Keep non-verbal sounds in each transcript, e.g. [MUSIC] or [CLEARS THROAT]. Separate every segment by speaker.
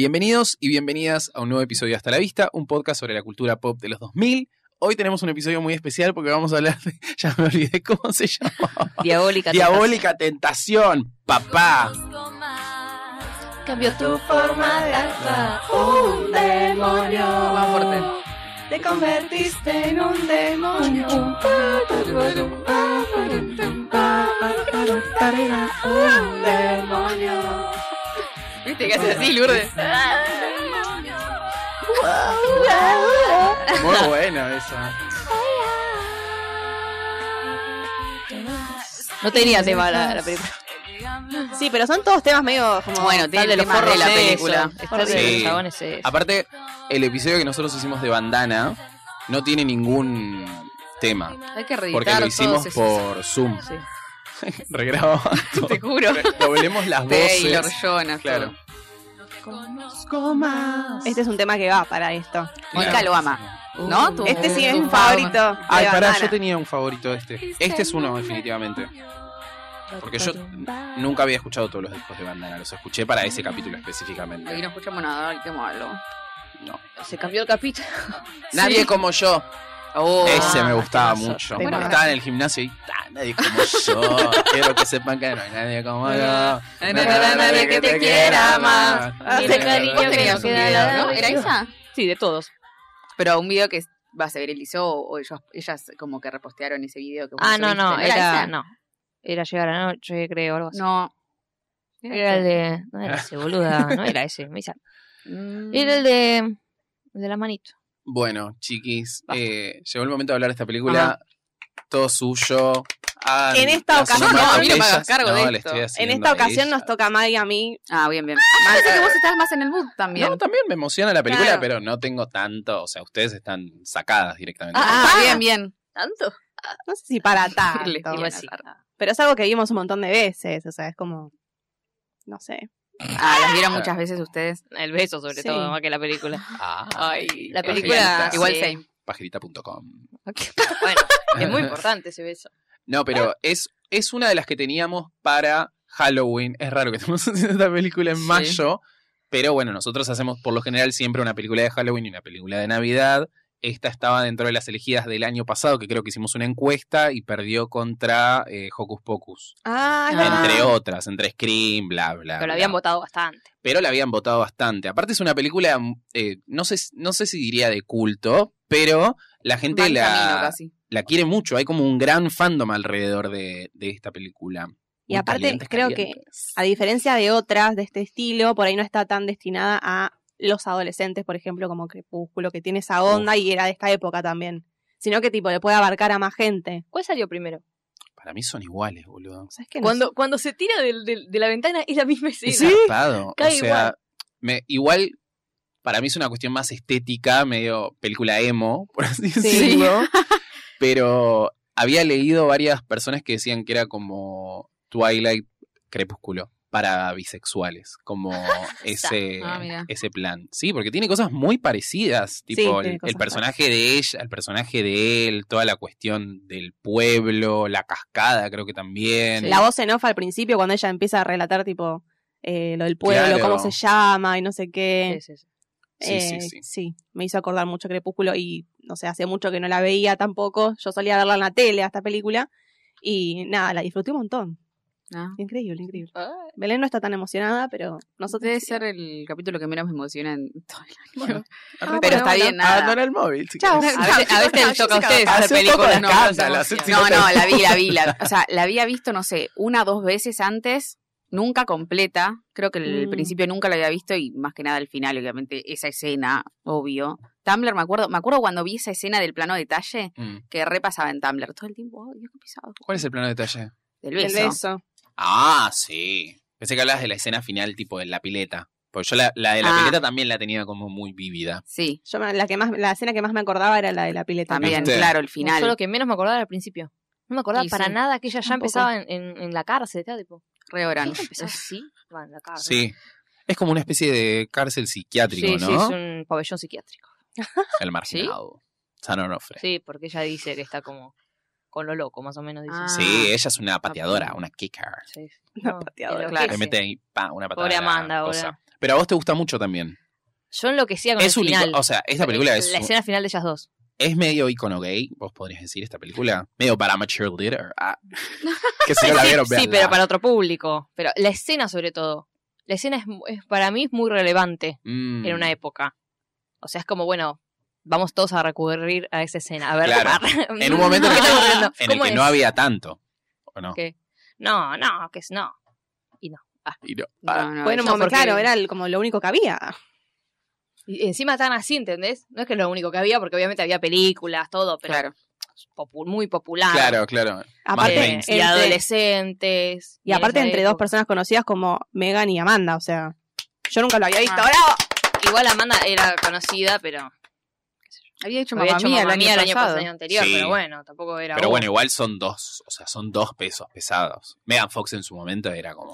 Speaker 1: Bienvenidos y bienvenidas a un nuevo episodio de Hasta la Vista, un podcast sobre la cultura pop de los 2000. Hoy tenemos un episodio muy especial porque vamos a hablar de, [LAUGHS] ya me olvidé cómo se llama.
Speaker 2: Diabólica.
Speaker 1: Diabólica tentación, papá.
Speaker 2: Cambió tu forma de alfa, un demonio. Más fuerte. Te convertiste en un demonio. Un demonio. ¿Viste que haces así, Lourdes?
Speaker 1: Muy bueno eso.
Speaker 2: [LAUGHS] No tenía tema la, la película.
Speaker 3: Sí, pero son todos temas medio como.
Speaker 2: Bueno, tiene los forros de la película.
Speaker 3: Está
Speaker 1: Sí.
Speaker 3: de
Speaker 2: el chabón es eso.
Speaker 1: Aparte, el episodio que nosotros hicimos de bandana no tiene ningún tema.
Speaker 2: Hay que reeditar
Speaker 1: Porque lo
Speaker 2: todos
Speaker 1: hicimos
Speaker 2: esos-
Speaker 1: por Zoom.
Speaker 2: Sí.
Speaker 1: [LAUGHS] Regrabamos.
Speaker 2: [LAUGHS] Te juro.
Speaker 1: Doblemos las
Speaker 2: Taylor,
Speaker 1: voces.
Speaker 2: Jonas.
Speaker 1: Claro.
Speaker 3: Este es un tema que va para esto.
Speaker 2: Mónica
Speaker 1: Claro.
Speaker 2: lo ama. ¿No? Tu-
Speaker 3: Este sí es
Speaker 2: tu
Speaker 3: mi favorito. de
Speaker 1: Ay, pará,
Speaker 3: Bandana.
Speaker 1: yo tenía un favorito de este. Este es uno, definitivamente. Porque yo nunca había escuchado todos los discos de Bandana. Los escuché para ese capítulo
Speaker 2: Aquí
Speaker 1: específicamente.
Speaker 2: no escuchamos nada, hay que malo.
Speaker 1: No.
Speaker 2: Se cambió el capítulo.
Speaker 1: Nadie como yo.
Speaker 2: Oh,
Speaker 1: Ese me gustaba
Speaker 3: temazo,
Speaker 1: mucho.
Speaker 3: temazo.
Speaker 1: Cuando estaba en el gimnasio y "Ah, nadie como yo. Quiero que sepan que no hay nadie como yo. No hay
Speaker 2: nadie que te quiera más.
Speaker 1: Ah,
Speaker 3: Hace
Speaker 2: Vos tenías un video, ¿no? ¿Era esa?
Speaker 3: Sí, de todos.
Speaker 2: Pero un video que va, se viralizó o ellos, ellas como que repostearon ese video. Que vos
Speaker 4: Ah, no,
Speaker 2: subiste.
Speaker 4: no, era,
Speaker 2: esa?
Speaker 4: no. Era llegar a la noche, creo, algo así.
Speaker 2: No.
Speaker 4: Era el de. No era ese, boluda. No era ese, [LAUGHS] me hice-
Speaker 2: Mm.
Speaker 4: Era el de. El de la manito.
Speaker 1: Bueno, chiquis, eh, llegó el momento de hablar de esta película. Todo suyo. Ah,
Speaker 3: En esta
Speaker 1: las
Speaker 3: ocasión-
Speaker 1: onomatopeyas.
Speaker 3: No, a mí
Speaker 2: no me hagas cargo de
Speaker 1: No, le
Speaker 2: esto.
Speaker 1: estoy
Speaker 2: En
Speaker 3: En
Speaker 1: haciendo
Speaker 3: esta
Speaker 1: a
Speaker 3: ocasión
Speaker 1: ella.
Speaker 3: nos toca a Maggie y a mí.
Speaker 2: Ah, bien, bien. Más pensé que vos estás más en el mood también.
Speaker 1: No, también me emociona la película,
Speaker 2: Claro.
Speaker 1: pero no tengo tanto. O sea, ustedes están sacadas directamente.
Speaker 2: ah, bien, bien. [LAUGHS] ¿Tanto?
Speaker 3: No sé
Speaker 1: [LAUGHS]
Speaker 3: si para
Speaker 2: Le-
Speaker 3: tanto.
Speaker 2: le-
Speaker 3: Pero es algo que vimos un montón de veces. O sea, es como. No sé.
Speaker 2: Ah, las vieron muchas veces ustedes.
Speaker 4: El beso, sobre
Speaker 3: Sí.
Speaker 4: todo, más que la película.
Speaker 1: Ah,
Speaker 4: [LAUGHS]
Speaker 1: Pajerita.
Speaker 4: La película.
Speaker 2: Igual
Speaker 4: sí.
Speaker 2: same.
Speaker 1: Pajerita.com.
Speaker 4: Bueno, es muy importante ese beso.
Speaker 1: No, pero es, es una de las que teníamos para Halloween. Es raro que estemos [LAUGHS] haciendo esta película en
Speaker 2: Sí.
Speaker 1: mayo. Pero bueno, nosotros hacemos por lo general siempre una película de Halloween y una película de Navidad. Esta estaba dentro de las elegidas del año pasado, que creo que hicimos una encuesta y perdió contra eh, Hocus Pocus.
Speaker 3: Ah,
Speaker 4: es verdad.
Speaker 1: Entre otras, entre Scream, bla, bla.
Speaker 4: Pero lo
Speaker 1: bla.
Speaker 4: habían votado bastante.
Speaker 1: Pero la habían votado bastante. Aparte es una película, eh, no, sé, no sé si diría de culto, pero la gente
Speaker 2: Va en
Speaker 1: la,
Speaker 2: camino casi.
Speaker 1: la quiere mucho. Hay como un gran fandom alrededor de, de esta película.
Speaker 3: Y
Speaker 1: Muy
Speaker 3: aparte,
Speaker 1: calientes,
Speaker 3: creo
Speaker 1: calientes.
Speaker 3: A diferencia de otras de este estilo, por ahí no está tan destinada a los adolescentes, por ejemplo, como Crepúsculo, que tiene esa onda y era de esta época también. Sino que tipo le puede abarcar a más gente.
Speaker 4: ¿Cuál salió primero?
Speaker 1: Para mí son iguales, boludo.
Speaker 3: ¿Sabes qué? No
Speaker 5: Cuando, cuando se tira del- del- de la ventana es la misma escena.
Speaker 1: Es zarpado. O
Speaker 5: Cae
Speaker 1: sea,
Speaker 5: igual.
Speaker 1: me- igual para mí es una cuestión más estética, medio película emo, por así decirlo. Pero había leído varias personas que decían que era como Twilight Crepúsculo para bisexuales, como ese,
Speaker 2: Ah, mira.
Speaker 1: ese plan. Sí, porque tiene cosas muy parecidas, tipo
Speaker 3: tiene
Speaker 1: el,
Speaker 3: cosas
Speaker 1: el personaje de ella, el personaje de él, toda la cuestión del pueblo, la cascada creo que también.
Speaker 3: La voz en off al principio, cuando ella empieza a relatar, tipo, eh, lo del pueblo,
Speaker 1: Claro.
Speaker 3: cómo se llama y no sé qué.
Speaker 4: Sí, sí, sí.
Speaker 1: Sí, sí,
Speaker 3: Eh,
Speaker 1: sí.
Speaker 3: me hizo acordar mucho Crepúsculo y, no sé, hace mucho que no la veía tampoco. Yo solía verla en la tele a esta película. Y nada, la disfruté un montón.
Speaker 2: Ah.
Speaker 3: Increíble, increíble. Belén no está tan emocionada, pero nosotros.
Speaker 2: Debe
Speaker 3: sí.
Speaker 2: ser el capítulo que menos me emociona en todo el año.
Speaker 1: Bueno,
Speaker 3: Ah,
Speaker 2: Pero
Speaker 3: bueno,
Speaker 2: está
Speaker 3: bueno.
Speaker 2: bien, nada.
Speaker 1: Abandona el móvil, chicos.
Speaker 3: Chao.
Speaker 2: [LAUGHS] A veces, a veces les toca a ustedes
Speaker 1: Hace
Speaker 2: hacer
Speaker 1: un poco de
Speaker 2: películas. No,
Speaker 1: escándalo, hace- si
Speaker 2: no,
Speaker 1: te-
Speaker 2: no, la vi, la vi.
Speaker 1: [LAUGHS]
Speaker 2: La, o sea, la había visto, no sé, una dos veces antes, nunca completa. Creo que el
Speaker 3: Mm.
Speaker 2: principio nunca la había visto y más que nada el final, obviamente, esa escena, obvio. Tumblr, me acuerdo, me acuerdo cuando vi esa escena del plano detalle
Speaker 1: Mm.
Speaker 2: que repasaba en Tumblr todo el tiempo. Ay, Dios, qué pesado.
Speaker 1: ¿Cuál es el plano de detalle?
Speaker 2: Del
Speaker 3: El
Speaker 2: beso.
Speaker 3: beso.
Speaker 1: Ah, sí. Pensé que hablabas de la escena final, tipo de la pileta. Porque yo la, la de la
Speaker 2: Ah.
Speaker 1: pileta también la tenía como muy vívida.
Speaker 2: Sí,
Speaker 3: Yo me- la, que más, la escena que más me acordaba era la de la pileta.
Speaker 2: también,
Speaker 1: ¿Viste?
Speaker 2: claro, el
Speaker 4: Final.
Speaker 2: final.
Speaker 4: Yo lo que menos me acordaba era al principio. No me acordaba
Speaker 2: Y
Speaker 4: para
Speaker 2: sí.
Speaker 4: nada que ella ya
Speaker 3: Tampoco.
Speaker 4: empezaba en, en, en la cárcel. estaba Tipo,
Speaker 2: Re
Speaker 4: ¿qué
Speaker 2: orano. [LAUGHS]
Speaker 4: empezó así? Va, en la cárcel.
Speaker 1: Sí. Es como una especie de cárcel psiquiátrico,
Speaker 4: sí,
Speaker 1: ¿no?
Speaker 4: sí, es un pabellón psiquiátrico.
Speaker 1: El marginado. San Onofre. Sí.
Speaker 4: Sí, porque ella dice que está como con lo loco, más o menos. Dice.
Speaker 2: Ah.
Speaker 1: ella es una pateadora, una kicker.
Speaker 4: Sí, sí.
Speaker 3: Una
Speaker 4: No,
Speaker 3: pateadora.
Speaker 4: enloquece.
Speaker 1: Le mete ahí, pa, una patada.
Speaker 4: Pobre
Speaker 1: a la
Speaker 4: Amanda,
Speaker 1: cosa.
Speaker 4: ahora.
Speaker 1: Pero a vos te gusta mucho también.
Speaker 4: Yo enloquecía con
Speaker 1: Es
Speaker 4: el
Speaker 1: un ico-
Speaker 4: final.
Speaker 1: o sea, esta película es,
Speaker 4: La escena final de ellas dos.
Speaker 1: es medio icono gay, vos podrías decir esta película. Medio para amateur leader.
Speaker 4: [LAUGHS]
Speaker 1: Ah. que si no la
Speaker 4: sí,
Speaker 1: vieron,
Speaker 4: sí,
Speaker 1: véanla.
Speaker 4: pero para otro público. Pero la escena sobre todo. La escena es, mu- es- para mí es muy relevante
Speaker 1: Mm,
Speaker 4: en una época. O sea, es como, bueno, vamos todos a recurrir a esa escena. A ver,
Speaker 1: Claro.
Speaker 4: [LAUGHS] a-
Speaker 1: En un momento en
Speaker 4: [LAUGHS]
Speaker 1: el
Speaker 4: ¿Qué
Speaker 1: que,
Speaker 4: estamos viendo?
Speaker 1: en el
Speaker 4: ¿Cómo
Speaker 1: que
Speaker 4: es?
Speaker 1: no había tanto. ¿O no?
Speaker 4: ¿Qué? No, no, que es no. Y no.
Speaker 1: Y no- ah,
Speaker 2: No, no,
Speaker 3: Bueno,
Speaker 4: no,
Speaker 3: momento,
Speaker 4: porque-
Speaker 3: claro, era el- como lo único que había.
Speaker 4: Y encima están así, ¿entendés? No es que es lo único que había, porque obviamente había películas, todo, pero
Speaker 2: claro.
Speaker 4: popu- muy popular.
Speaker 1: claro, claro.
Speaker 3: Aparte,
Speaker 1: mainstream.
Speaker 4: y
Speaker 3: entre-
Speaker 4: adolescentes.
Speaker 3: y aparte
Speaker 4: en esa
Speaker 3: entre dos
Speaker 4: época.
Speaker 3: personas conocidas como Megan y Amanda, o sea, yo nunca lo había visto.
Speaker 4: Ah.
Speaker 3: Ahora
Speaker 4: Igual Amanda era conocida, pero.
Speaker 2: Había hecho
Speaker 4: había
Speaker 2: mamá
Speaker 4: hecho
Speaker 2: mía el
Speaker 4: Mamma Mía
Speaker 2: año pasado.
Speaker 4: anterior,
Speaker 1: Sí.
Speaker 4: pero bueno, tampoco era.
Speaker 1: Pero
Speaker 4: uh,
Speaker 1: bueno, igual son dos, o sea, son dos pesos pesados. Megan Fox en su momento era como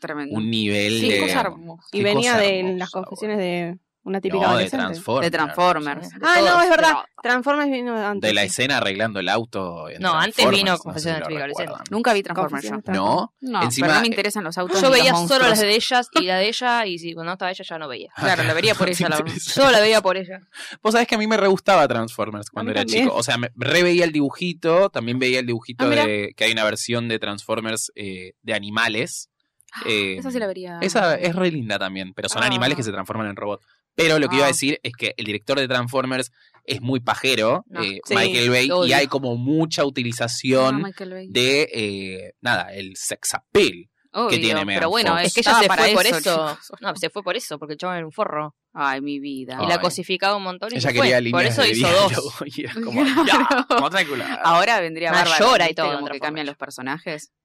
Speaker 2: Tremendo.
Speaker 1: un nivel
Speaker 2: Sí,
Speaker 1: de...
Speaker 2: cosa hermosa.
Speaker 3: y
Speaker 1: Qué
Speaker 3: venía
Speaker 1: cosa
Speaker 3: de
Speaker 1: hermosa,
Speaker 3: las confesiones de una
Speaker 1: No,
Speaker 3: típica
Speaker 1: de
Speaker 3: adolescente.
Speaker 1: Transformers.
Speaker 2: De Transformers.
Speaker 4: de
Speaker 3: ah, no,
Speaker 4: todos,
Speaker 3: es verdad.
Speaker 4: pero-
Speaker 3: Transformers vino antes.
Speaker 1: De la
Speaker 3: sí.
Speaker 1: escena arreglando el auto. en
Speaker 4: No, antes
Speaker 1: Transformers,
Speaker 4: vino
Speaker 1: no sé
Speaker 4: Confesiones
Speaker 1: si
Speaker 4: de
Speaker 1: lo
Speaker 4: un adolescente.
Speaker 1: recuerdan.
Speaker 2: Nunca vi Transformers yo.
Speaker 3: Confesiones de Transformers.
Speaker 1: ¿No?
Speaker 2: No,
Speaker 1: Encima- eh,
Speaker 2: pero no me interesan los autos.
Speaker 4: Yo
Speaker 2: ni los
Speaker 4: veía solo las
Speaker 2: monstruos.
Speaker 4: de ellas y la de ella, y si cuando estaba ella ya no veía.
Speaker 2: [LAUGHS] Claro, la vería por
Speaker 1: No te [LAUGHS]
Speaker 2: ella. la-
Speaker 1: interesa.
Speaker 4: Yo la veía por ella.
Speaker 1: Vos sabés que a mí me re gustaba Transformers cuando
Speaker 3: mí
Speaker 1: era
Speaker 3: también.
Speaker 1: chico. O sea, me re veía el dibujito, también veía el dibujito
Speaker 2: Ah, mira.
Speaker 1: de que hay una versión de Transformers eh, de animales. Eh,
Speaker 2: Esa sí la vería.
Speaker 1: Esa es re linda también, pero son
Speaker 2: Ah.
Speaker 1: animales que se transforman en robots. Pero lo que iba a
Speaker 2: Ah.
Speaker 1: decir es que el director de Transformers es muy pajero,
Speaker 4: No,
Speaker 1: eh,
Speaker 3: sí,
Speaker 1: Michael Bay,
Speaker 4: lo
Speaker 1: y
Speaker 4: odio.
Speaker 1: hay como mucha
Speaker 2: Ah,
Speaker 1: utilización
Speaker 2: Michael Bay.
Speaker 1: de, eh, nada, el sex appeal.
Speaker 2: Obvio,
Speaker 1: tiene Megan
Speaker 2: Pero bueno,
Speaker 1: Fox.
Speaker 4: Es que ella
Speaker 2: estaba
Speaker 4: se
Speaker 2: para
Speaker 4: fue por eso.
Speaker 2: chicos.
Speaker 4: No, se fue por eso, porque el chabón era un forro.
Speaker 2: Ay, mi vida. [LAUGHS]
Speaker 4: Y
Speaker 1: Ay.
Speaker 4: la cosificaba un montón y
Speaker 1: Ella
Speaker 4: se fue.
Speaker 1: quería
Speaker 4: Por
Speaker 1: líneas
Speaker 4: eso
Speaker 1: de
Speaker 4: hizo
Speaker 1: diálogo, [LAUGHS]
Speaker 4: dos.
Speaker 1: y era como,
Speaker 2: Claro.
Speaker 1: "Ya, matrícula".
Speaker 2: Ahora vendría
Speaker 4: Una
Speaker 2: bárbaro,
Speaker 4: llora y
Speaker 2: ¿viste?
Speaker 4: todo,
Speaker 2: Como que
Speaker 4: Transformers.
Speaker 2: cambian los personajes. [LAUGHS]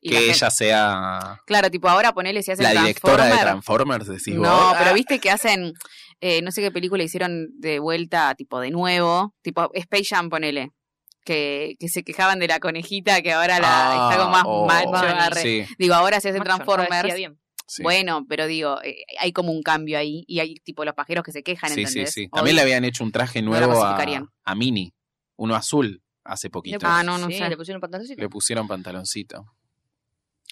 Speaker 2: Y la
Speaker 1: que
Speaker 2: gente-
Speaker 1: ella sea
Speaker 2: Claro, tipo ahora ponele si hacen
Speaker 1: la directora de ah.
Speaker 2: Transformers.
Speaker 1: Transformers, decís
Speaker 2: No,
Speaker 1: vos.
Speaker 2: pero viste que hacen, eh, no sé qué película hicieron de vuelta, tipo de nuevo, tipo Space Jam, ponele. Que, que se quejaban de la conejita que ahora la,
Speaker 1: Ah,
Speaker 2: está como más
Speaker 1: oh,
Speaker 2: macho.
Speaker 4: Bunny.
Speaker 2: arre.
Speaker 1: Sí,
Speaker 2: Digo, ahora se hacen
Speaker 4: Macho, no
Speaker 2: Transformers.
Speaker 4: vestía bien.
Speaker 1: sí.
Speaker 2: Bueno, pero digo, eh, hay como un cambio ahí y hay tipo los pajeros que se quejan,
Speaker 1: sí, sí,
Speaker 2: ¿entendés?
Speaker 1: sí. También le
Speaker 2: Obvio.
Speaker 1: habían hecho un traje
Speaker 2: No la
Speaker 1: nuevo a,
Speaker 2: clasificarían.
Speaker 1: a Mini, uno azul, hace poquito.
Speaker 4: Le
Speaker 2: Ah,
Speaker 4: pus-
Speaker 2: no, no
Speaker 4: sí,
Speaker 2: sé.
Speaker 4: Le pusieron pantaloncito.
Speaker 1: Le pusieron pantaloncito.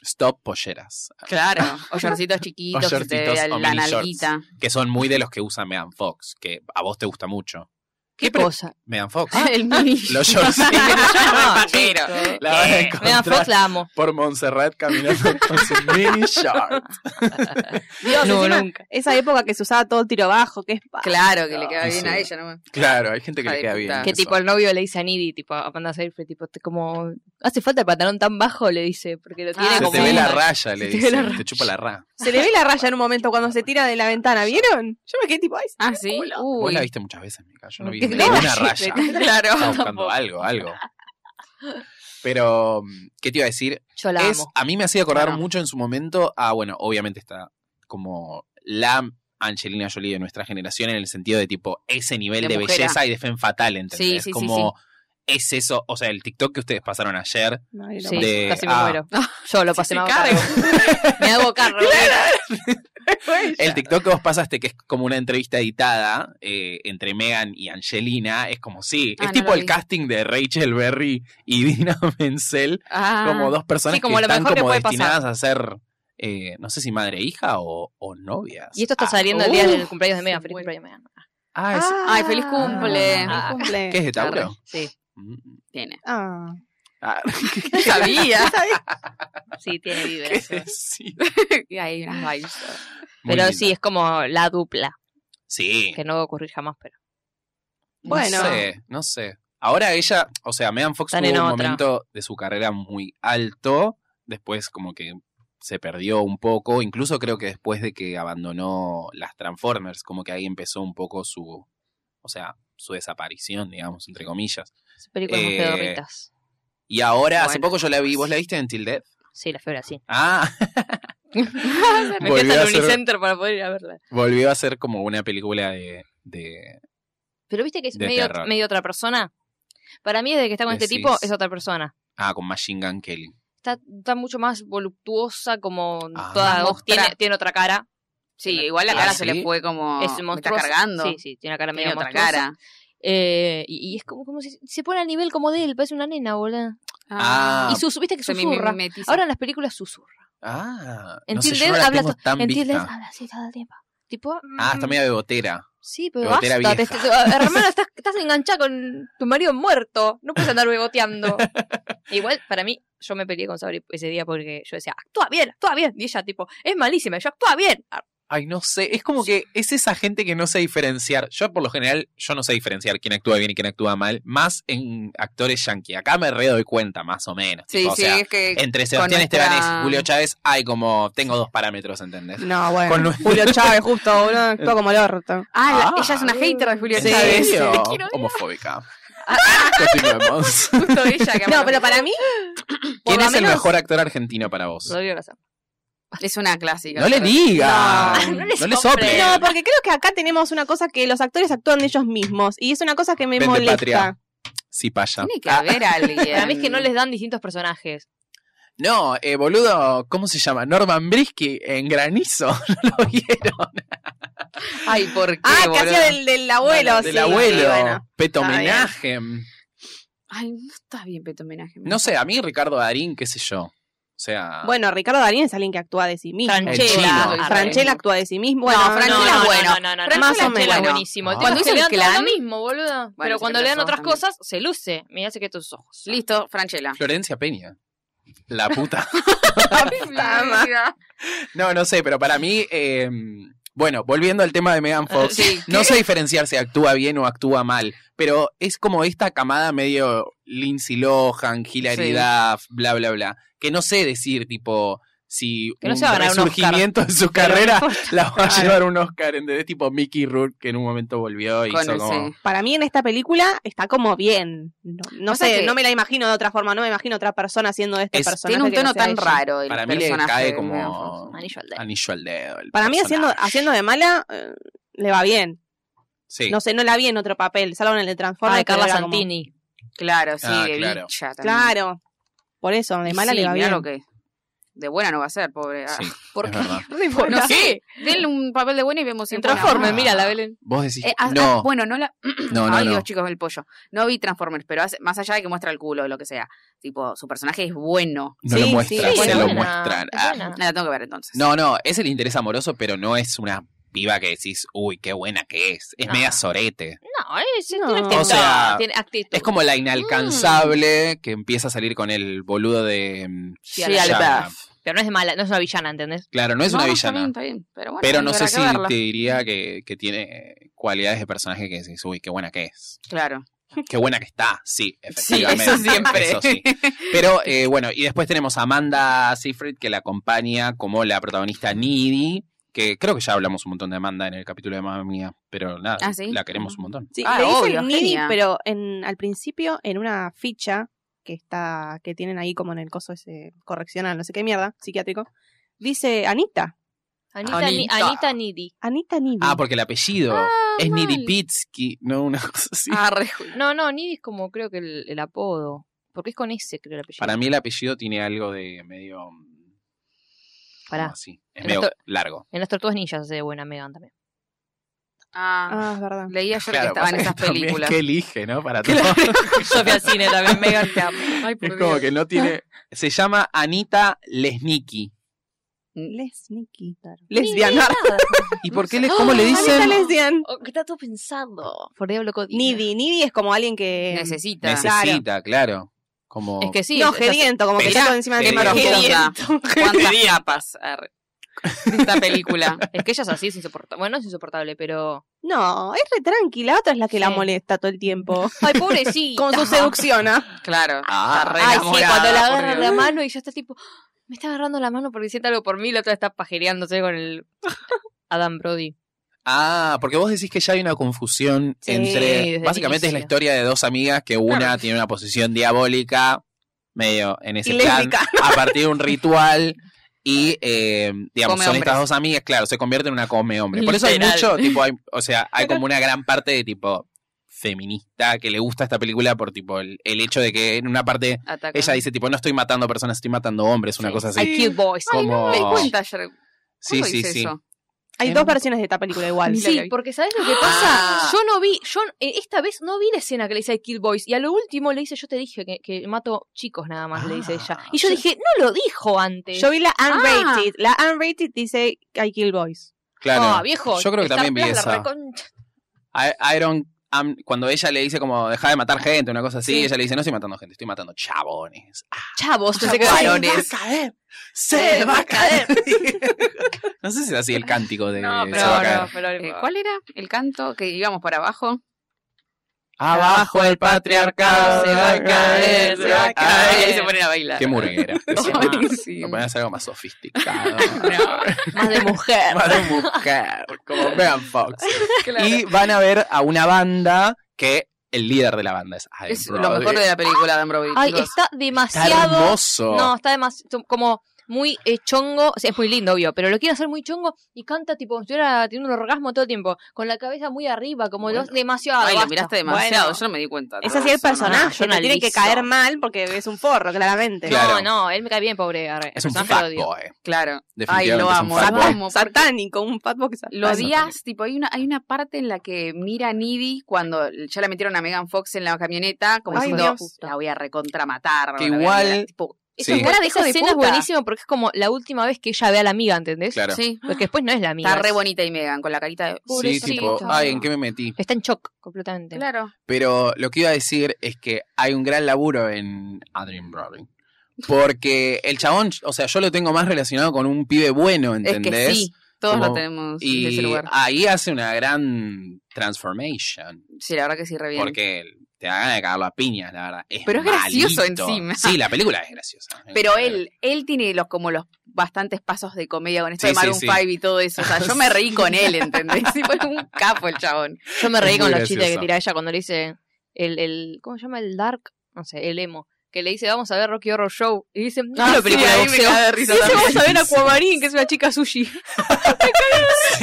Speaker 1: Stop polleras. [LAUGHS]
Speaker 2: Claro, o shortcitos
Speaker 1: O
Speaker 2: chiquitos, que se te
Speaker 1: shortcitos
Speaker 2: vea
Speaker 1: o
Speaker 2: la
Speaker 1: mini shorts. [LAUGHS]
Speaker 2: nalguita.
Speaker 1: Que son muy de los que usa Megan Fox, que a vos te gusta mucho.
Speaker 2: [LAUGHS]
Speaker 4: ¿Qué
Speaker 1: pre-
Speaker 4: cosa?
Speaker 1: Megan Fox.
Speaker 2: El mini.
Speaker 1: Ah, Los shortcitos. [LAUGHS]
Speaker 2: pajero.
Speaker 1: La van a encontrar
Speaker 4: Eh, Megan Fox la amo.
Speaker 1: [LAUGHS] por Montserrat caminando con
Speaker 2: [LAUGHS]
Speaker 1: sus mini shorts.
Speaker 3: Dios,
Speaker 4: No,
Speaker 3: encima,
Speaker 4: nunca.
Speaker 3: Esa época que se usaba todo el tiro bajo, que es pa-
Speaker 2: Claro, que le queda
Speaker 1: Sí,
Speaker 2: bien
Speaker 1: sí.
Speaker 2: a ella, ¿no?
Speaker 1: Claro, hay gente que le
Speaker 2: Ay,
Speaker 1: queda
Speaker 2: puta.
Speaker 1: bien.
Speaker 4: Que
Speaker 1: eso.
Speaker 4: tipo el novio le dice a Nidi, tipo a Panda Seyfried, tipo te- como hace falta el pantalón tan bajo, le dice, porque lo tiene
Speaker 2: Ah,
Speaker 1: Se
Speaker 4: como
Speaker 1: te ve la
Speaker 4: un-
Speaker 1: raya, le
Speaker 4: Se
Speaker 1: dice.
Speaker 4: te ve la
Speaker 1: Te chupa la ra.
Speaker 3: Se le ve la raya en un momento cuando se tira de la ventana, ¿vieron? Yo me quedé tipo, ay,
Speaker 2: Ah, sí.
Speaker 4: Uh,
Speaker 1: Vos
Speaker 2: Uy.
Speaker 1: la viste muchas veces, Mica. Yo no
Speaker 4: [LAUGHS]
Speaker 1: vi
Speaker 4: ¿Qué
Speaker 1: ninguna
Speaker 4: clase?
Speaker 2: [LAUGHS]
Speaker 1: raya.
Speaker 2: Claro.
Speaker 1: Estaba buscando algo, algo. [LAUGHS] Pero, mm, ¿qué te iba a decir?
Speaker 4: Yo la
Speaker 1: Es,
Speaker 4: amo.
Speaker 1: a mí me hacía acordar
Speaker 2: Claro.
Speaker 1: mucho en su momento a, bueno, obviamente está como la Angelina Jolie de nuestra generación en el sentido de tipo ese nivel de,
Speaker 2: De mujer, ah.
Speaker 1: belleza y de fen fatal, ¿entendés?
Speaker 2: Sí, sí, sí,
Speaker 1: como es eso, o sea, el TikTok que ustedes pasaron ayer.
Speaker 3: no, era
Speaker 4: Sí,
Speaker 3: bueno.
Speaker 1: de-
Speaker 4: casi me
Speaker 1: ah.
Speaker 4: muero.
Speaker 2: [LAUGHS]
Speaker 4: Yo lo pasé,
Speaker 2: se
Speaker 4: me hago
Speaker 2: cae.
Speaker 4: cargo. Me
Speaker 2: [LAUGHS]
Speaker 4: hago cargo.
Speaker 1: El TikTok que vos pasaste, que es como una entrevista editada eh, entre Megan y Angelina, es como sí,
Speaker 2: Ah,
Speaker 1: es
Speaker 2: no
Speaker 1: tipo
Speaker 2: lo
Speaker 1: el
Speaker 2: vi.
Speaker 1: casting de Rachel Berry y [LAUGHS] Dina Menzel
Speaker 2: Ah.
Speaker 1: como dos personas
Speaker 4: Sí, como
Speaker 1: que
Speaker 4: lo
Speaker 1: están
Speaker 4: mejor que
Speaker 1: como
Speaker 4: puede
Speaker 1: destinadas a ser, eh, no sé si madre e hija o, o novias.
Speaker 4: Y esto está
Speaker 1: Ah,
Speaker 4: saliendo el día
Speaker 2: uh,
Speaker 4: del cumpleaños de Megan.
Speaker 2: sí,
Speaker 4: Feliz
Speaker 2: bueno.
Speaker 4: cumpleaños, Megan.
Speaker 1: ah, es-
Speaker 2: Ay, feliz cumple.
Speaker 3: feliz cumple.
Speaker 1: Ah. ¿Qué es de Tauro?
Speaker 4: Sí,
Speaker 1: Mm.
Speaker 2: Tiene.
Speaker 3: Ah.
Speaker 1: Ah, [LAUGHS]
Speaker 4: [LAUGHS]
Speaker 2: Sabía.
Speaker 4: sí, tiene
Speaker 2: [LAUGHS]
Speaker 4: Ah.
Speaker 1: ¿qué
Speaker 4: vibras.
Speaker 1: sí.
Speaker 2: Y hay unas vibes.
Speaker 1: Muy
Speaker 4: Pero
Speaker 1: lindo.
Speaker 4: sí, es como la dupla,
Speaker 1: Sí.
Speaker 4: que no va a ocurrir jamás, pero.
Speaker 3: Bueno.
Speaker 1: No sé, no sé. Ahora ella, o sea, Megan Fox
Speaker 4: Están
Speaker 1: tuvo
Speaker 4: en
Speaker 1: un
Speaker 4: otra.
Speaker 1: momento de su carrera muy alto, después como que se perdió un poco, incluso creo que después de que abandonó las Transformers, como que ahí empezó un poco su, o sea, su desaparición, digamos, entre comillas.
Speaker 4: Son películas muy
Speaker 1: Eh,
Speaker 4: pedorritas.
Speaker 1: Y ahora, hace
Speaker 2: Bueno.
Speaker 1: poco yo la vi, ¿vos la viste en Tilde?
Speaker 4: Sí, la febra, sí.
Speaker 1: Ah,
Speaker 4: Me quedé
Speaker 1: [LAUGHS] volvió a
Speaker 4: hasta el
Speaker 1: ser-
Speaker 4: Unicenter para poder ir a verla.
Speaker 1: volvió a ser como una película de... de-
Speaker 4: Pero viste que es
Speaker 1: De
Speaker 4: medio,
Speaker 1: terror.
Speaker 4: medio otra persona. Para mí, desde que está con este
Speaker 1: Decís.
Speaker 4: tipo, es otra persona.
Speaker 1: ah, con Machine Gun Kelly.
Speaker 4: Está, está mucho más voluptuosa, como
Speaker 1: Ah.
Speaker 4: toda.
Speaker 2: Más
Speaker 4: Tiene,
Speaker 2: mostra.
Speaker 4: tiene otra cara.
Speaker 2: Sí, igual la cara
Speaker 1: Ah,
Speaker 2: se le
Speaker 1: ¿sí?
Speaker 2: fue como.
Speaker 4: Es
Speaker 2: me está
Speaker 4: monstruosa.
Speaker 2: cargando.
Speaker 4: Sí, sí, tiene una cara medio
Speaker 2: Tiene otra
Speaker 4: monstruosa.
Speaker 2: cara.
Speaker 4: Eh, y, y es como, como si se pone al nivel como de él, parece una nena, boludo.
Speaker 1: Ah.
Speaker 4: y sus, viste que
Speaker 2: se me
Speaker 4: susurra.
Speaker 2: mimetiza.
Speaker 4: Ahora en las películas susurra.
Speaker 1: Ah,
Speaker 4: En
Speaker 1: no sé,
Speaker 4: Till
Speaker 1: yo no
Speaker 4: Death
Speaker 1: la
Speaker 4: habla
Speaker 1: tengo
Speaker 4: to-
Speaker 1: tan
Speaker 4: en Till Death
Speaker 1: vista.
Speaker 4: habla así todo el tiempo. Tipo, mm,
Speaker 1: Ah, está media bebotera.
Speaker 4: sí, pero
Speaker 1: Bebotera
Speaker 4: basta. te-
Speaker 1: vieja.
Speaker 4: te- te- hermano, estás, estás enganchada con tu marido muerto. No puedes andar beboteando. Igual, para mí, yo me peleé con Sabri ese día porque yo decía, actúa bien, actúa bien. Y ella, tipo, es malísima. Y yo, actúa bien. Ah,
Speaker 1: Ay, no sé, es como que es esa gente que no sé diferenciar. Yo por lo general, yo no sé diferenciar quién actúa bien y quién actúa mal, más en actores yankee. Acá me re doy cuenta, más o menos.
Speaker 2: Sí,
Speaker 1: tipo, o
Speaker 2: sí,
Speaker 1: sea,
Speaker 2: es que.
Speaker 1: entre Sebastián
Speaker 2: nuestra-
Speaker 1: Estebanés y Julio Chávez hay como, tengo dos parámetros, ¿entendés?
Speaker 3: No, bueno.
Speaker 1: Con nue-
Speaker 3: Julio Chávez, justo, boludo, actúa como el orto.
Speaker 2: Ah, la-
Speaker 1: Ah.
Speaker 2: ella es una hater de Julio
Speaker 1: ¿En
Speaker 3: [LAUGHS]
Speaker 2: Chávez.
Speaker 1: serio?
Speaker 2: [LAUGHS] Te quiero- Ah,
Speaker 1: Homofóbica. Continuemos.
Speaker 4: Justo ella que
Speaker 3: No, pero para mí,
Speaker 1: ¿Quién
Speaker 4: lo
Speaker 1: es el
Speaker 4: menos-
Speaker 1: mejor actor argentino para vos?
Speaker 4: Rodrigo Lazar.
Speaker 2: Es una clásica.
Speaker 1: No le digas.
Speaker 4: No, no le
Speaker 1: sople.
Speaker 4: soples.
Speaker 3: no, porque creo que acá tenemos una cosa que los actores actúan ellos mismos. Y es una cosa que me
Speaker 1: Vende
Speaker 3: molesta.
Speaker 1: patria. Sí, paya.
Speaker 2: Tiene que haber
Speaker 1: Ah.
Speaker 2: alguien.
Speaker 4: Para mí es que no les dan distintos personajes.
Speaker 1: No, eh, boludo, ¿cómo se llama? Norman Brisky en granizo. [LAUGHS] No lo vieron.
Speaker 2: Ay, ¿por qué?
Speaker 3: Ah, que
Speaker 2: boludo?
Speaker 3: hacía del, del abuelo.
Speaker 1: Del
Speaker 3: Ah, sí,
Speaker 1: abuelo.
Speaker 3: sí, bueno.
Speaker 1: Peto
Speaker 3: Está bien.
Speaker 1: homenaje.
Speaker 2: Ay, no está bien, Peto Homenaje.
Speaker 1: No sé, a mí Ricardo Darín, qué sé yo. O sea.
Speaker 3: Bueno, Ricardo Darín es alguien que actúa de sí mismo.
Speaker 1: Franchella. El chino.
Speaker 4: Franchella.
Speaker 2: Ah,
Speaker 3: Franchella actúa de sí mismo. Bueno,
Speaker 2: No, Franchella
Speaker 3: no,
Speaker 2: es
Speaker 3: no.
Speaker 2: bueno.
Speaker 4: No, no, no,
Speaker 3: Franchella
Speaker 4: Más o
Speaker 3: Franchella
Speaker 4: menos.
Speaker 3: es
Speaker 4: buenísimo.
Speaker 1: Ah.
Speaker 4: El
Speaker 1: Cuando
Speaker 4: tipo,
Speaker 2: hizo
Speaker 4: se le
Speaker 2: el
Speaker 4: dan todo
Speaker 2: clan-
Speaker 4: lo mismo, boludo. pero
Speaker 2: se
Speaker 4: cuando le
Speaker 2: quemó
Speaker 4: dan
Speaker 2: los
Speaker 4: otras
Speaker 2: ojos
Speaker 4: cosas, se luce. Mirá, se que tus ojos.
Speaker 2: Listo, Franchella.
Speaker 1: Florencia Peña. La puta. [LAUGHS]
Speaker 3: Puta madre.
Speaker 1: No, no sé, pero para mí. eh, bueno, volviendo al tema de Megan Fox.
Speaker 2: Sí.
Speaker 1: No sé diferenciar si actúa bien o actúa mal, pero es como esta camada medio Lindsay Lohan, Hilary
Speaker 2: Sí.
Speaker 1: Duff, bla, bla, bla, que no sé decir, tipo, si
Speaker 4: Que no
Speaker 1: un
Speaker 4: se va a ganar un Oscar.
Speaker 1: resurgimiento de su
Speaker 4: Pero no
Speaker 1: carrera
Speaker 4: importa.
Speaker 1: [LAUGHS] la va a
Speaker 4: Claro.
Speaker 1: llevar un Oscar, ¿entendés? Tipo Mickey Rourke, que en un momento volvió y
Speaker 2: Con
Speaker 1: hizo
Speaker 2: el
Speaker 1: como...
Speaker 2: sí.
Speaker 3: Para mí en esta película está como bien. No, no
Speaker 4: Pasa
Speaker 3: sé,
Speaker 4: que-
Speaker 3: no me la imagino de otra forma. No me imagino otra persona haciendo de este
Speaker 1: Es-
Speaker 3: personaje.
Speaker 2: Tiene un
Speaker 3: que no
Speaker 2: tono
Speaker 3: sea
Speaker 2: tan
Speaker 3: ella.
Speaker 2: raro el
Speaker 1: Para mí le
Speaker 2: personaje
Speaker 1: cae
Speaker 2: de Megan Fox.
Speaker 1: como
Speaker 4: Anillo al dedo.
Speaker 1: anillo al dedo. el
Speaker 3: Para mí haciendo,
Speaker 1: personaje.
Speaker 3: haciendo de mala eh, le va bien.
Speaker 1: Sí.
Speaker 3: No sé, no la vi en otro papel, salvo en el de Transformers.
Speaker 4: Ah, de
Speaker 3: que
Speaker 4: Carla
Speaker 3: era como-
Speaker 4: Santini.
Speaker 2: Claro, sí,
Speaker 1: Ah,
Speaker 2: de
Speaker 1: claro.
Speaker 2: bicha también.
Speaker 3: Claro. Por eso, de mala
Speaker 2: Sí,
Speaker 3: le va
Speaker 2: mirá
Speaker 3: bien.
Speaker 2: lo que de buena no va a ser, pobre. Ah,
Speaker 1: Sí,
Speaker 2: ¿Por
Speaker 1: es
Speaker 2: qué?
Speaker 1: verdad.
Speaker 2: No sé. Denle un papel de buena y vemos si
Speaker 4: En
Speaker 2: es buena.
Speaker 4: Transformers,
Speaker 1: Ah.
Speaker 4: mira la Belén.
Speaker 1: Vos decís...
Speaker 2: Eh, ah, ah,
Speaker 1: no,
Speaker 2: bueno, no la.
Speaker 1: no, no,
Speaker 2: Ay,
Speaker 1: no.
Speaker 2: Dios, chicos, el pollo. No vi Transformers, pero hace- más allá de que muestra el culo o lo que sea. Tipo, su personaje es bueno.
Speaker 1: No lo
Speaker 3: Sí,
Speaker 1: muestran,
Speaker 3: sí,
Speaker 1: se
Speaker 3: es
Speaker 1: lo
Speaker 4: buena,
Speaker 1: muestran.
Speaker 4: es
Speaker 1: Ah.
Speaker 4: buena.
Speaker 2: Me La tengo que ver entonces.
Speaker 1: No, no, es el interés amoroso, pero no es una piba que decís, uy, qué buena que es. Es
Speaker 4: No.
Speaker 1: media sorete.
Speaker 4: No, es,
Speaker 3: No.
Speaker 4: tiene actitud.
Speaker 1: O sea,
Speaker 4: tiene actitud.
Speaker 1: Es como la inalcanzable que empieza a salir con el boludo de. mm,
Speaker 2: Sí, al
Speaker 1: Shia.
Speaker 2: Baf.
Speaker 4: Pero no es mala, no es una villana, ¿entendés?
Speaker 1: Claro, no es
Speaker 2: No,
Speaker 1: una
Speaker 2: no,
Speaker 1: villana.
Speaker 2: Está bien, está bien, pero bueno,
Speaker 1: pero no sé
Speaker 2: habrá
Speaker 1: si
Speaker 2: que verla.
Speaker 1: te diría que, que tiene eh, cualidades de personaje que decís, uy, qué buena que
Speaker 2: [LAUGHS]
Speaker 1: es.
Speaker 2: Claro.
Speaker 1: Qué buena que está, sí,
Speaker 2: Sí,
Speaker 1: efectivamente.
Speaker 2: eso siempre.
Speaker 1: Eso sí. Pero eh, bueno, y después tenemos a Amanda Seyfried que la acompaña como la protagonista Needy, que creo que ya hablamos un montón de Amanda en el capítulo de Mamma Mía, pero nada,
Speaker 2: Ah, ¿sí?
Speaker 1: la queremos un montón.
Speaker 3: Sí,
Speaker 2: Ah,
Speaker 3: le dicen
Speaker 2: obvio,
Speaker 3: Nini,
Speaker 2: genia.
Speaker 3: pero en, al principio, en una ficha que está, que tienen ahí como en el coso ese correccional, no sé qué mierda, psiquiátrico, dice Anita.
Speaker 4: Anita,
Speaker 1: Anita.
Speaker 4: Anita. Anita Nidi.
Speaker 3: Anita Nini.
Speaker 1: Ah, porque el apellido es
Speaker 4: Ah, mal.
Speaker 1: Needy Pitsky, no una cosa así.
Speaker 2: [LAUGHS] Ah, re-
Speaker 4: No, no, Nidi es como creo que el, el apodo. Porque es con ese, creo, el apellido.
Speaker 1: Para mí el apellido tiene algo de medio. mm,
Speaker 4: Pará.
Speaker 1: ¿cómo así? Es
Speaker 4: El
Speaker 1: medio
Speaker 4: actor-
Speaker 1: largo.
Speaker 4: En las tortugas ninjas hace de buena Megan también.
Speaker 2: ah,
Speaker 3: Ah, es verdad.
Speaker 2: leía yo que
Speaker 1: Claro,
Speaker 2: estaban
Speaker 1: pasa
Speaker 2: esas
Speaker 1: que también
Speaker 2: películas.
Speaker 1: que elige, ¿no? Para todo. [LAUGHS]
Speaker 4: Sofía Cine también,
Speaker 2: [LAUGHS]
Speaker 4: Megan te amo.
Speaker 2: Ay, por
Speaker 1: Es como
Speaker 2: Dios.
Speaker 1: que no tiene. Se llama Anita Lesnicki.
Speaker 3: Les Nikki. Lesbianar.
Speaker 1: ¿Y por qué le, cómo le
Speaker 3: Anita
Speaker 1: dicen?
Speaker 3: lesbian.
Speaker 4: Oh, ¿Qué está todo pensado? Por Diablo Codina.
Speaker 3: Nidi. Nidi es como alguien que.
Speaker 2: Necesita.
Speaker 1: Necesita, claro. Como.
Speaker 4: Es que sí.
Speaker 3: no,
Speaker 4: o sea,
Speaker 3: geriento, como que
Speaker 1: Mirá,
Speaker 3: está todo encima de
Speaker 1: qué
Speaker 3: ti.
Speaker 2: profunda.
Speaker 1: [LAUGHS]
Speaker 2: ¿Cuántas
Speaker 1: Diría.
Speaker 2: capas ah, re- de esta película?
Speaker 4: Es que ella es así, es insoportable. Bueno, no es insoportable, pero.
Speaker 3: No, es re tranquila. La otra es la que la
Speaker 4: Sí.
Speaker 3: molesta todo el tiempo.
Speaker 4: Ay, pobrecita.
Speaker 3: Con su seducciona.
Speaker 2: Claro.
Speaker 1: Ah.
Speaker 2: está re
Speaker 4: Ay, sí,
Speaker 2: enamorada,
Speaker 4: cuando la
Speaker 2: por
Speaker 4: agarra
Speaker 2: Dios.
Speaker 4: la mano y ya está tipo. "Ah, Me está agarrando la mano porque siente algo por mí. La otra está pajereándose con [LAUGHS] el. Adam Brody.
Speaker 1: Ah, porque vos decís que ya hay una confusión
Speaker 3: Sí,
Speaker 1: entre.
Speaker 4: desde
Speaker 1: Básicamente es la
Speaker 4: el inicio.
Speaker 1: historia de dos amigas que una tiene una posición diabólica, medio en ese
Speaker 3: Y
Speaker 1: plan,
Speaker 3: lésbica.
Speaker 1: a partir de un ritual.
Speaker 4: [LAUGHS]
Speaker 1: Y, eh, digamos,
Speaker 2: Come
Speaker 1: son
Speaker 2: hombres.
Speaker 1: estas dos amigas, claro, se convierten en una come hombre. Por eso hay
Speaker 4: Literal.
Speaker 1: mucho, tipo, hay- o
Speaker 4: [LAUGHS]
Speaker 1: sea, hay como una gran parte de tipo feminista que le gusta esta película por tipo el, el hecho de que en una parte
Speaker 2: Ataca.
Speaker 1: ella dice tipo no estoy matando personas, estoy matando hombres, una cosa así.
Speaker 4: I kill boys.
Speaker 1: Como-
Speaker 2: Me di cuenta ayer.
Speaker 1: sí,
Speaker 2: ¿Cuándo
Speaker 1: sí,
Speaker 2: hice
Speaker 1: sí.
Speaker 2: eso?
Speaker 3: Hay
Speaker 1: En-
Speaker 3: dos versiones de esta película igual.
Speaker 5: Ni la
Speaker 4: Sí,
Speaker 5: vi.
Speaker 4: porque ¿sabes lo que
Speaker 2: Ah.
Speaker 4: pasa? Yo no vi, yo eh, esta vez no vi la escena que le dice a Kill Boys. Y a lo último le dice, yo te dije que, que mato chicos nada más, le dice ella.
Speaker 2: Ah,
Speaker 4: Y yo dije, no lo dijo antes.
Speaker 3: Ah. Yo vi la unrated. La unrated dice I Kill Boys.
Speaker 1: Claro.
Speaker 4: Ah, viejo.
Speaker 1: Yo creo que
Speaker 4: Star
Speaker 1: también vi
Speaker 4: Plus la
Speaker 1: esa.
Speaker 4: recon-
Speaker 1: I- Iron Am- cuando ella le dice como deja de matar gente, una cosa así,
Speaker 4: Sí.
Speaker 1: ella le dice, no estoy matando gente, estoy matando chabones. Ah,
Speaker 4: Chavos, pensé que varones.
Speaker 1: a caer. Se va a caer. [LAUGHS] no sé si es así el cántico de
Speaker 5: No,
Speaker 1: se va a caer.
Speaker 5: pero, no, pero
Speaker 2: Eh, ¿Cuál era el canto que íbamos para abajo?
Speaker 1: Abajo el patriarcado.
Speaker 2: Ah, se va a caer, se va a caer.
Speaker 1: Ay,
Speaker 2: Y se ponen a bailar.
Speaker 1: Qué murguera.
Speaker 2: Ay, sí.
Speaker 1: Lo ponías algo más sofisticado.
Speaker 4: Más de mujer.
Speaker 1: Para buscar, como Megan Fox.
Speaker 2: [LAUGHS] Claro.
Speaker 1: Y van a ver a una banda que el líder de la banda es Adam
Speaker 2: Es lo
Speaker 1: Brody.
Speaker 2: mejor de la película de Ambrovi.
Speaker 4: Ay, está
Speaker 1: Está
Speaker 4: demasiado.
Speaker 1: hermoso.
Speaker 4: No, está demasiado. Como muy eh, chongo. O sea, es muy lindo, obvio. Pero lo quiere hacer muy chongo y canta tipo como si estuviera teniendo un orgasmo todo el tiempo. Con la cabeza muy arriba, como
Speaker 2: Bueno.
Speaker 4: los demasiado.
Speaker 2: Ay, lo
Speaker 4: basta.
Speaker 2: miraste demasiado.
Speaker 3: Bueno.
Speaker 2: yo no me di cuenta.
Speaker 3: Es así el
Speaker 2: No, no, no.
Speaker 3: personaje.
Speaker 4: yo no
Speaker 3: te tiene que
Speaker 4: analizo.
Speaker 3: caer mal porque es un forro, claramente.
Speaker 1: Claro.
Speaker 4: No, no, él me cae bien, pobre. arre.
Speaker 1: Es un
Speaker 4: No, pero lo odio.
Speaker 1: fuckboy.
Speaker 2: Claro. Ay,
Speaker 1: Definitivamente
Speaker 2: lo
Speaker 1: es un
Speaker 2: amo.
Speaker 1: fuckboy.
Speaker 2: Lo amo. porque
Speaker 3: Satánico, un fatbox satánico.
Speaker 2: Lo odias, tipo, hay una, hay una parte en la que mira a Needy cuando ya la metieron a Megan Fox en la camioneta, como
Speaker 3: Ay,
Speaker 2: diciendo,
Speaker 3: Dios.
Speaker 2: la voy a recontramatar.
Speaker 1: Que
Speaker 2: la voy a
Speaker 1: igual-
Speaker 2: mirar", tipo,
Speaker 4: Esa
Speaker 1: Sí.
Speaker 4: cara de esa
Speaker 2: Hijo de
Speaker 4: escena es
Speaker 2: puta.
Speaker 4: buenísima porque es como la última vez que ella ve a la amiga, ¿entendés?
Speaker 1: Claro.
Speaker 2: sí,
Speaker 4: [GASPS] Porque después no es la amiga.
Speaker 2: está re
Speaker 4: es-
Speaker 2: bonita y Megan con la carita de...
Speaker 1: Sí,
Speaker 4: Pobrecito.
Speaker 1: tipo, ay, ¿en qué me metí?
Speaker 4: Está en shock completamente.
Speaker 2: Claro.
Speaker 1: Pero lo que iba a decir es que hay un gran laburo en Adrian Brody. Porque el chabón, o sea, yo lo tengo más relacionado con un pibe bueno, ¿entendés?
Speaker 2: Es que sí, todos
Speaker 1: Como-
Speaker 2: lo tenemos en ese
Speaker 1: Y
Speaker 2: lugar.
Speaker 1: ahí hace una gran transformation.
Speaker 2: Sí, la verdad que sí, re bien.
Speaker 1: Porque te da ganas de cagarlo a piñas, la verdad.
Speaker 2: Pero es gracioso
Speaker 1: malito.
Speaker 2: encima.
Speaker 1: Sí, la película es graciosa.
Speaker 2: [LAUGHS] Pero él, él tiene los como los bastantes pasos de comedia con esto
Speaker 1: Sí,
Speaker 2: de Maroon
Speaker 1: sí, sí.
Speaker 2: 5 y todo eso. O sea, yo me reí con él, ¿entendés? [LAUGHS] Sí, fue un capo el chabón.
Speaker 4: Yo me reí
Speaker 1: Es
Speaker 4: con
Speaker 1: muy
Speaker 4: los chistes que
Speaker 1: gracioso.
Speaker 4: tira ella cuando le dice el, el ¿cómo se llama? el dark, no sé, el emo, que le dice, "Vamos a ver Rocky Horror Show." Y dice, [LAUGHS] "No, la película de boxeo."
Speaker 2: de risa
Speaker 4: Y dice,
Speaker 2: también.
Speaker 4: "Vamos a ver Aquamarine, que es una chica sushi."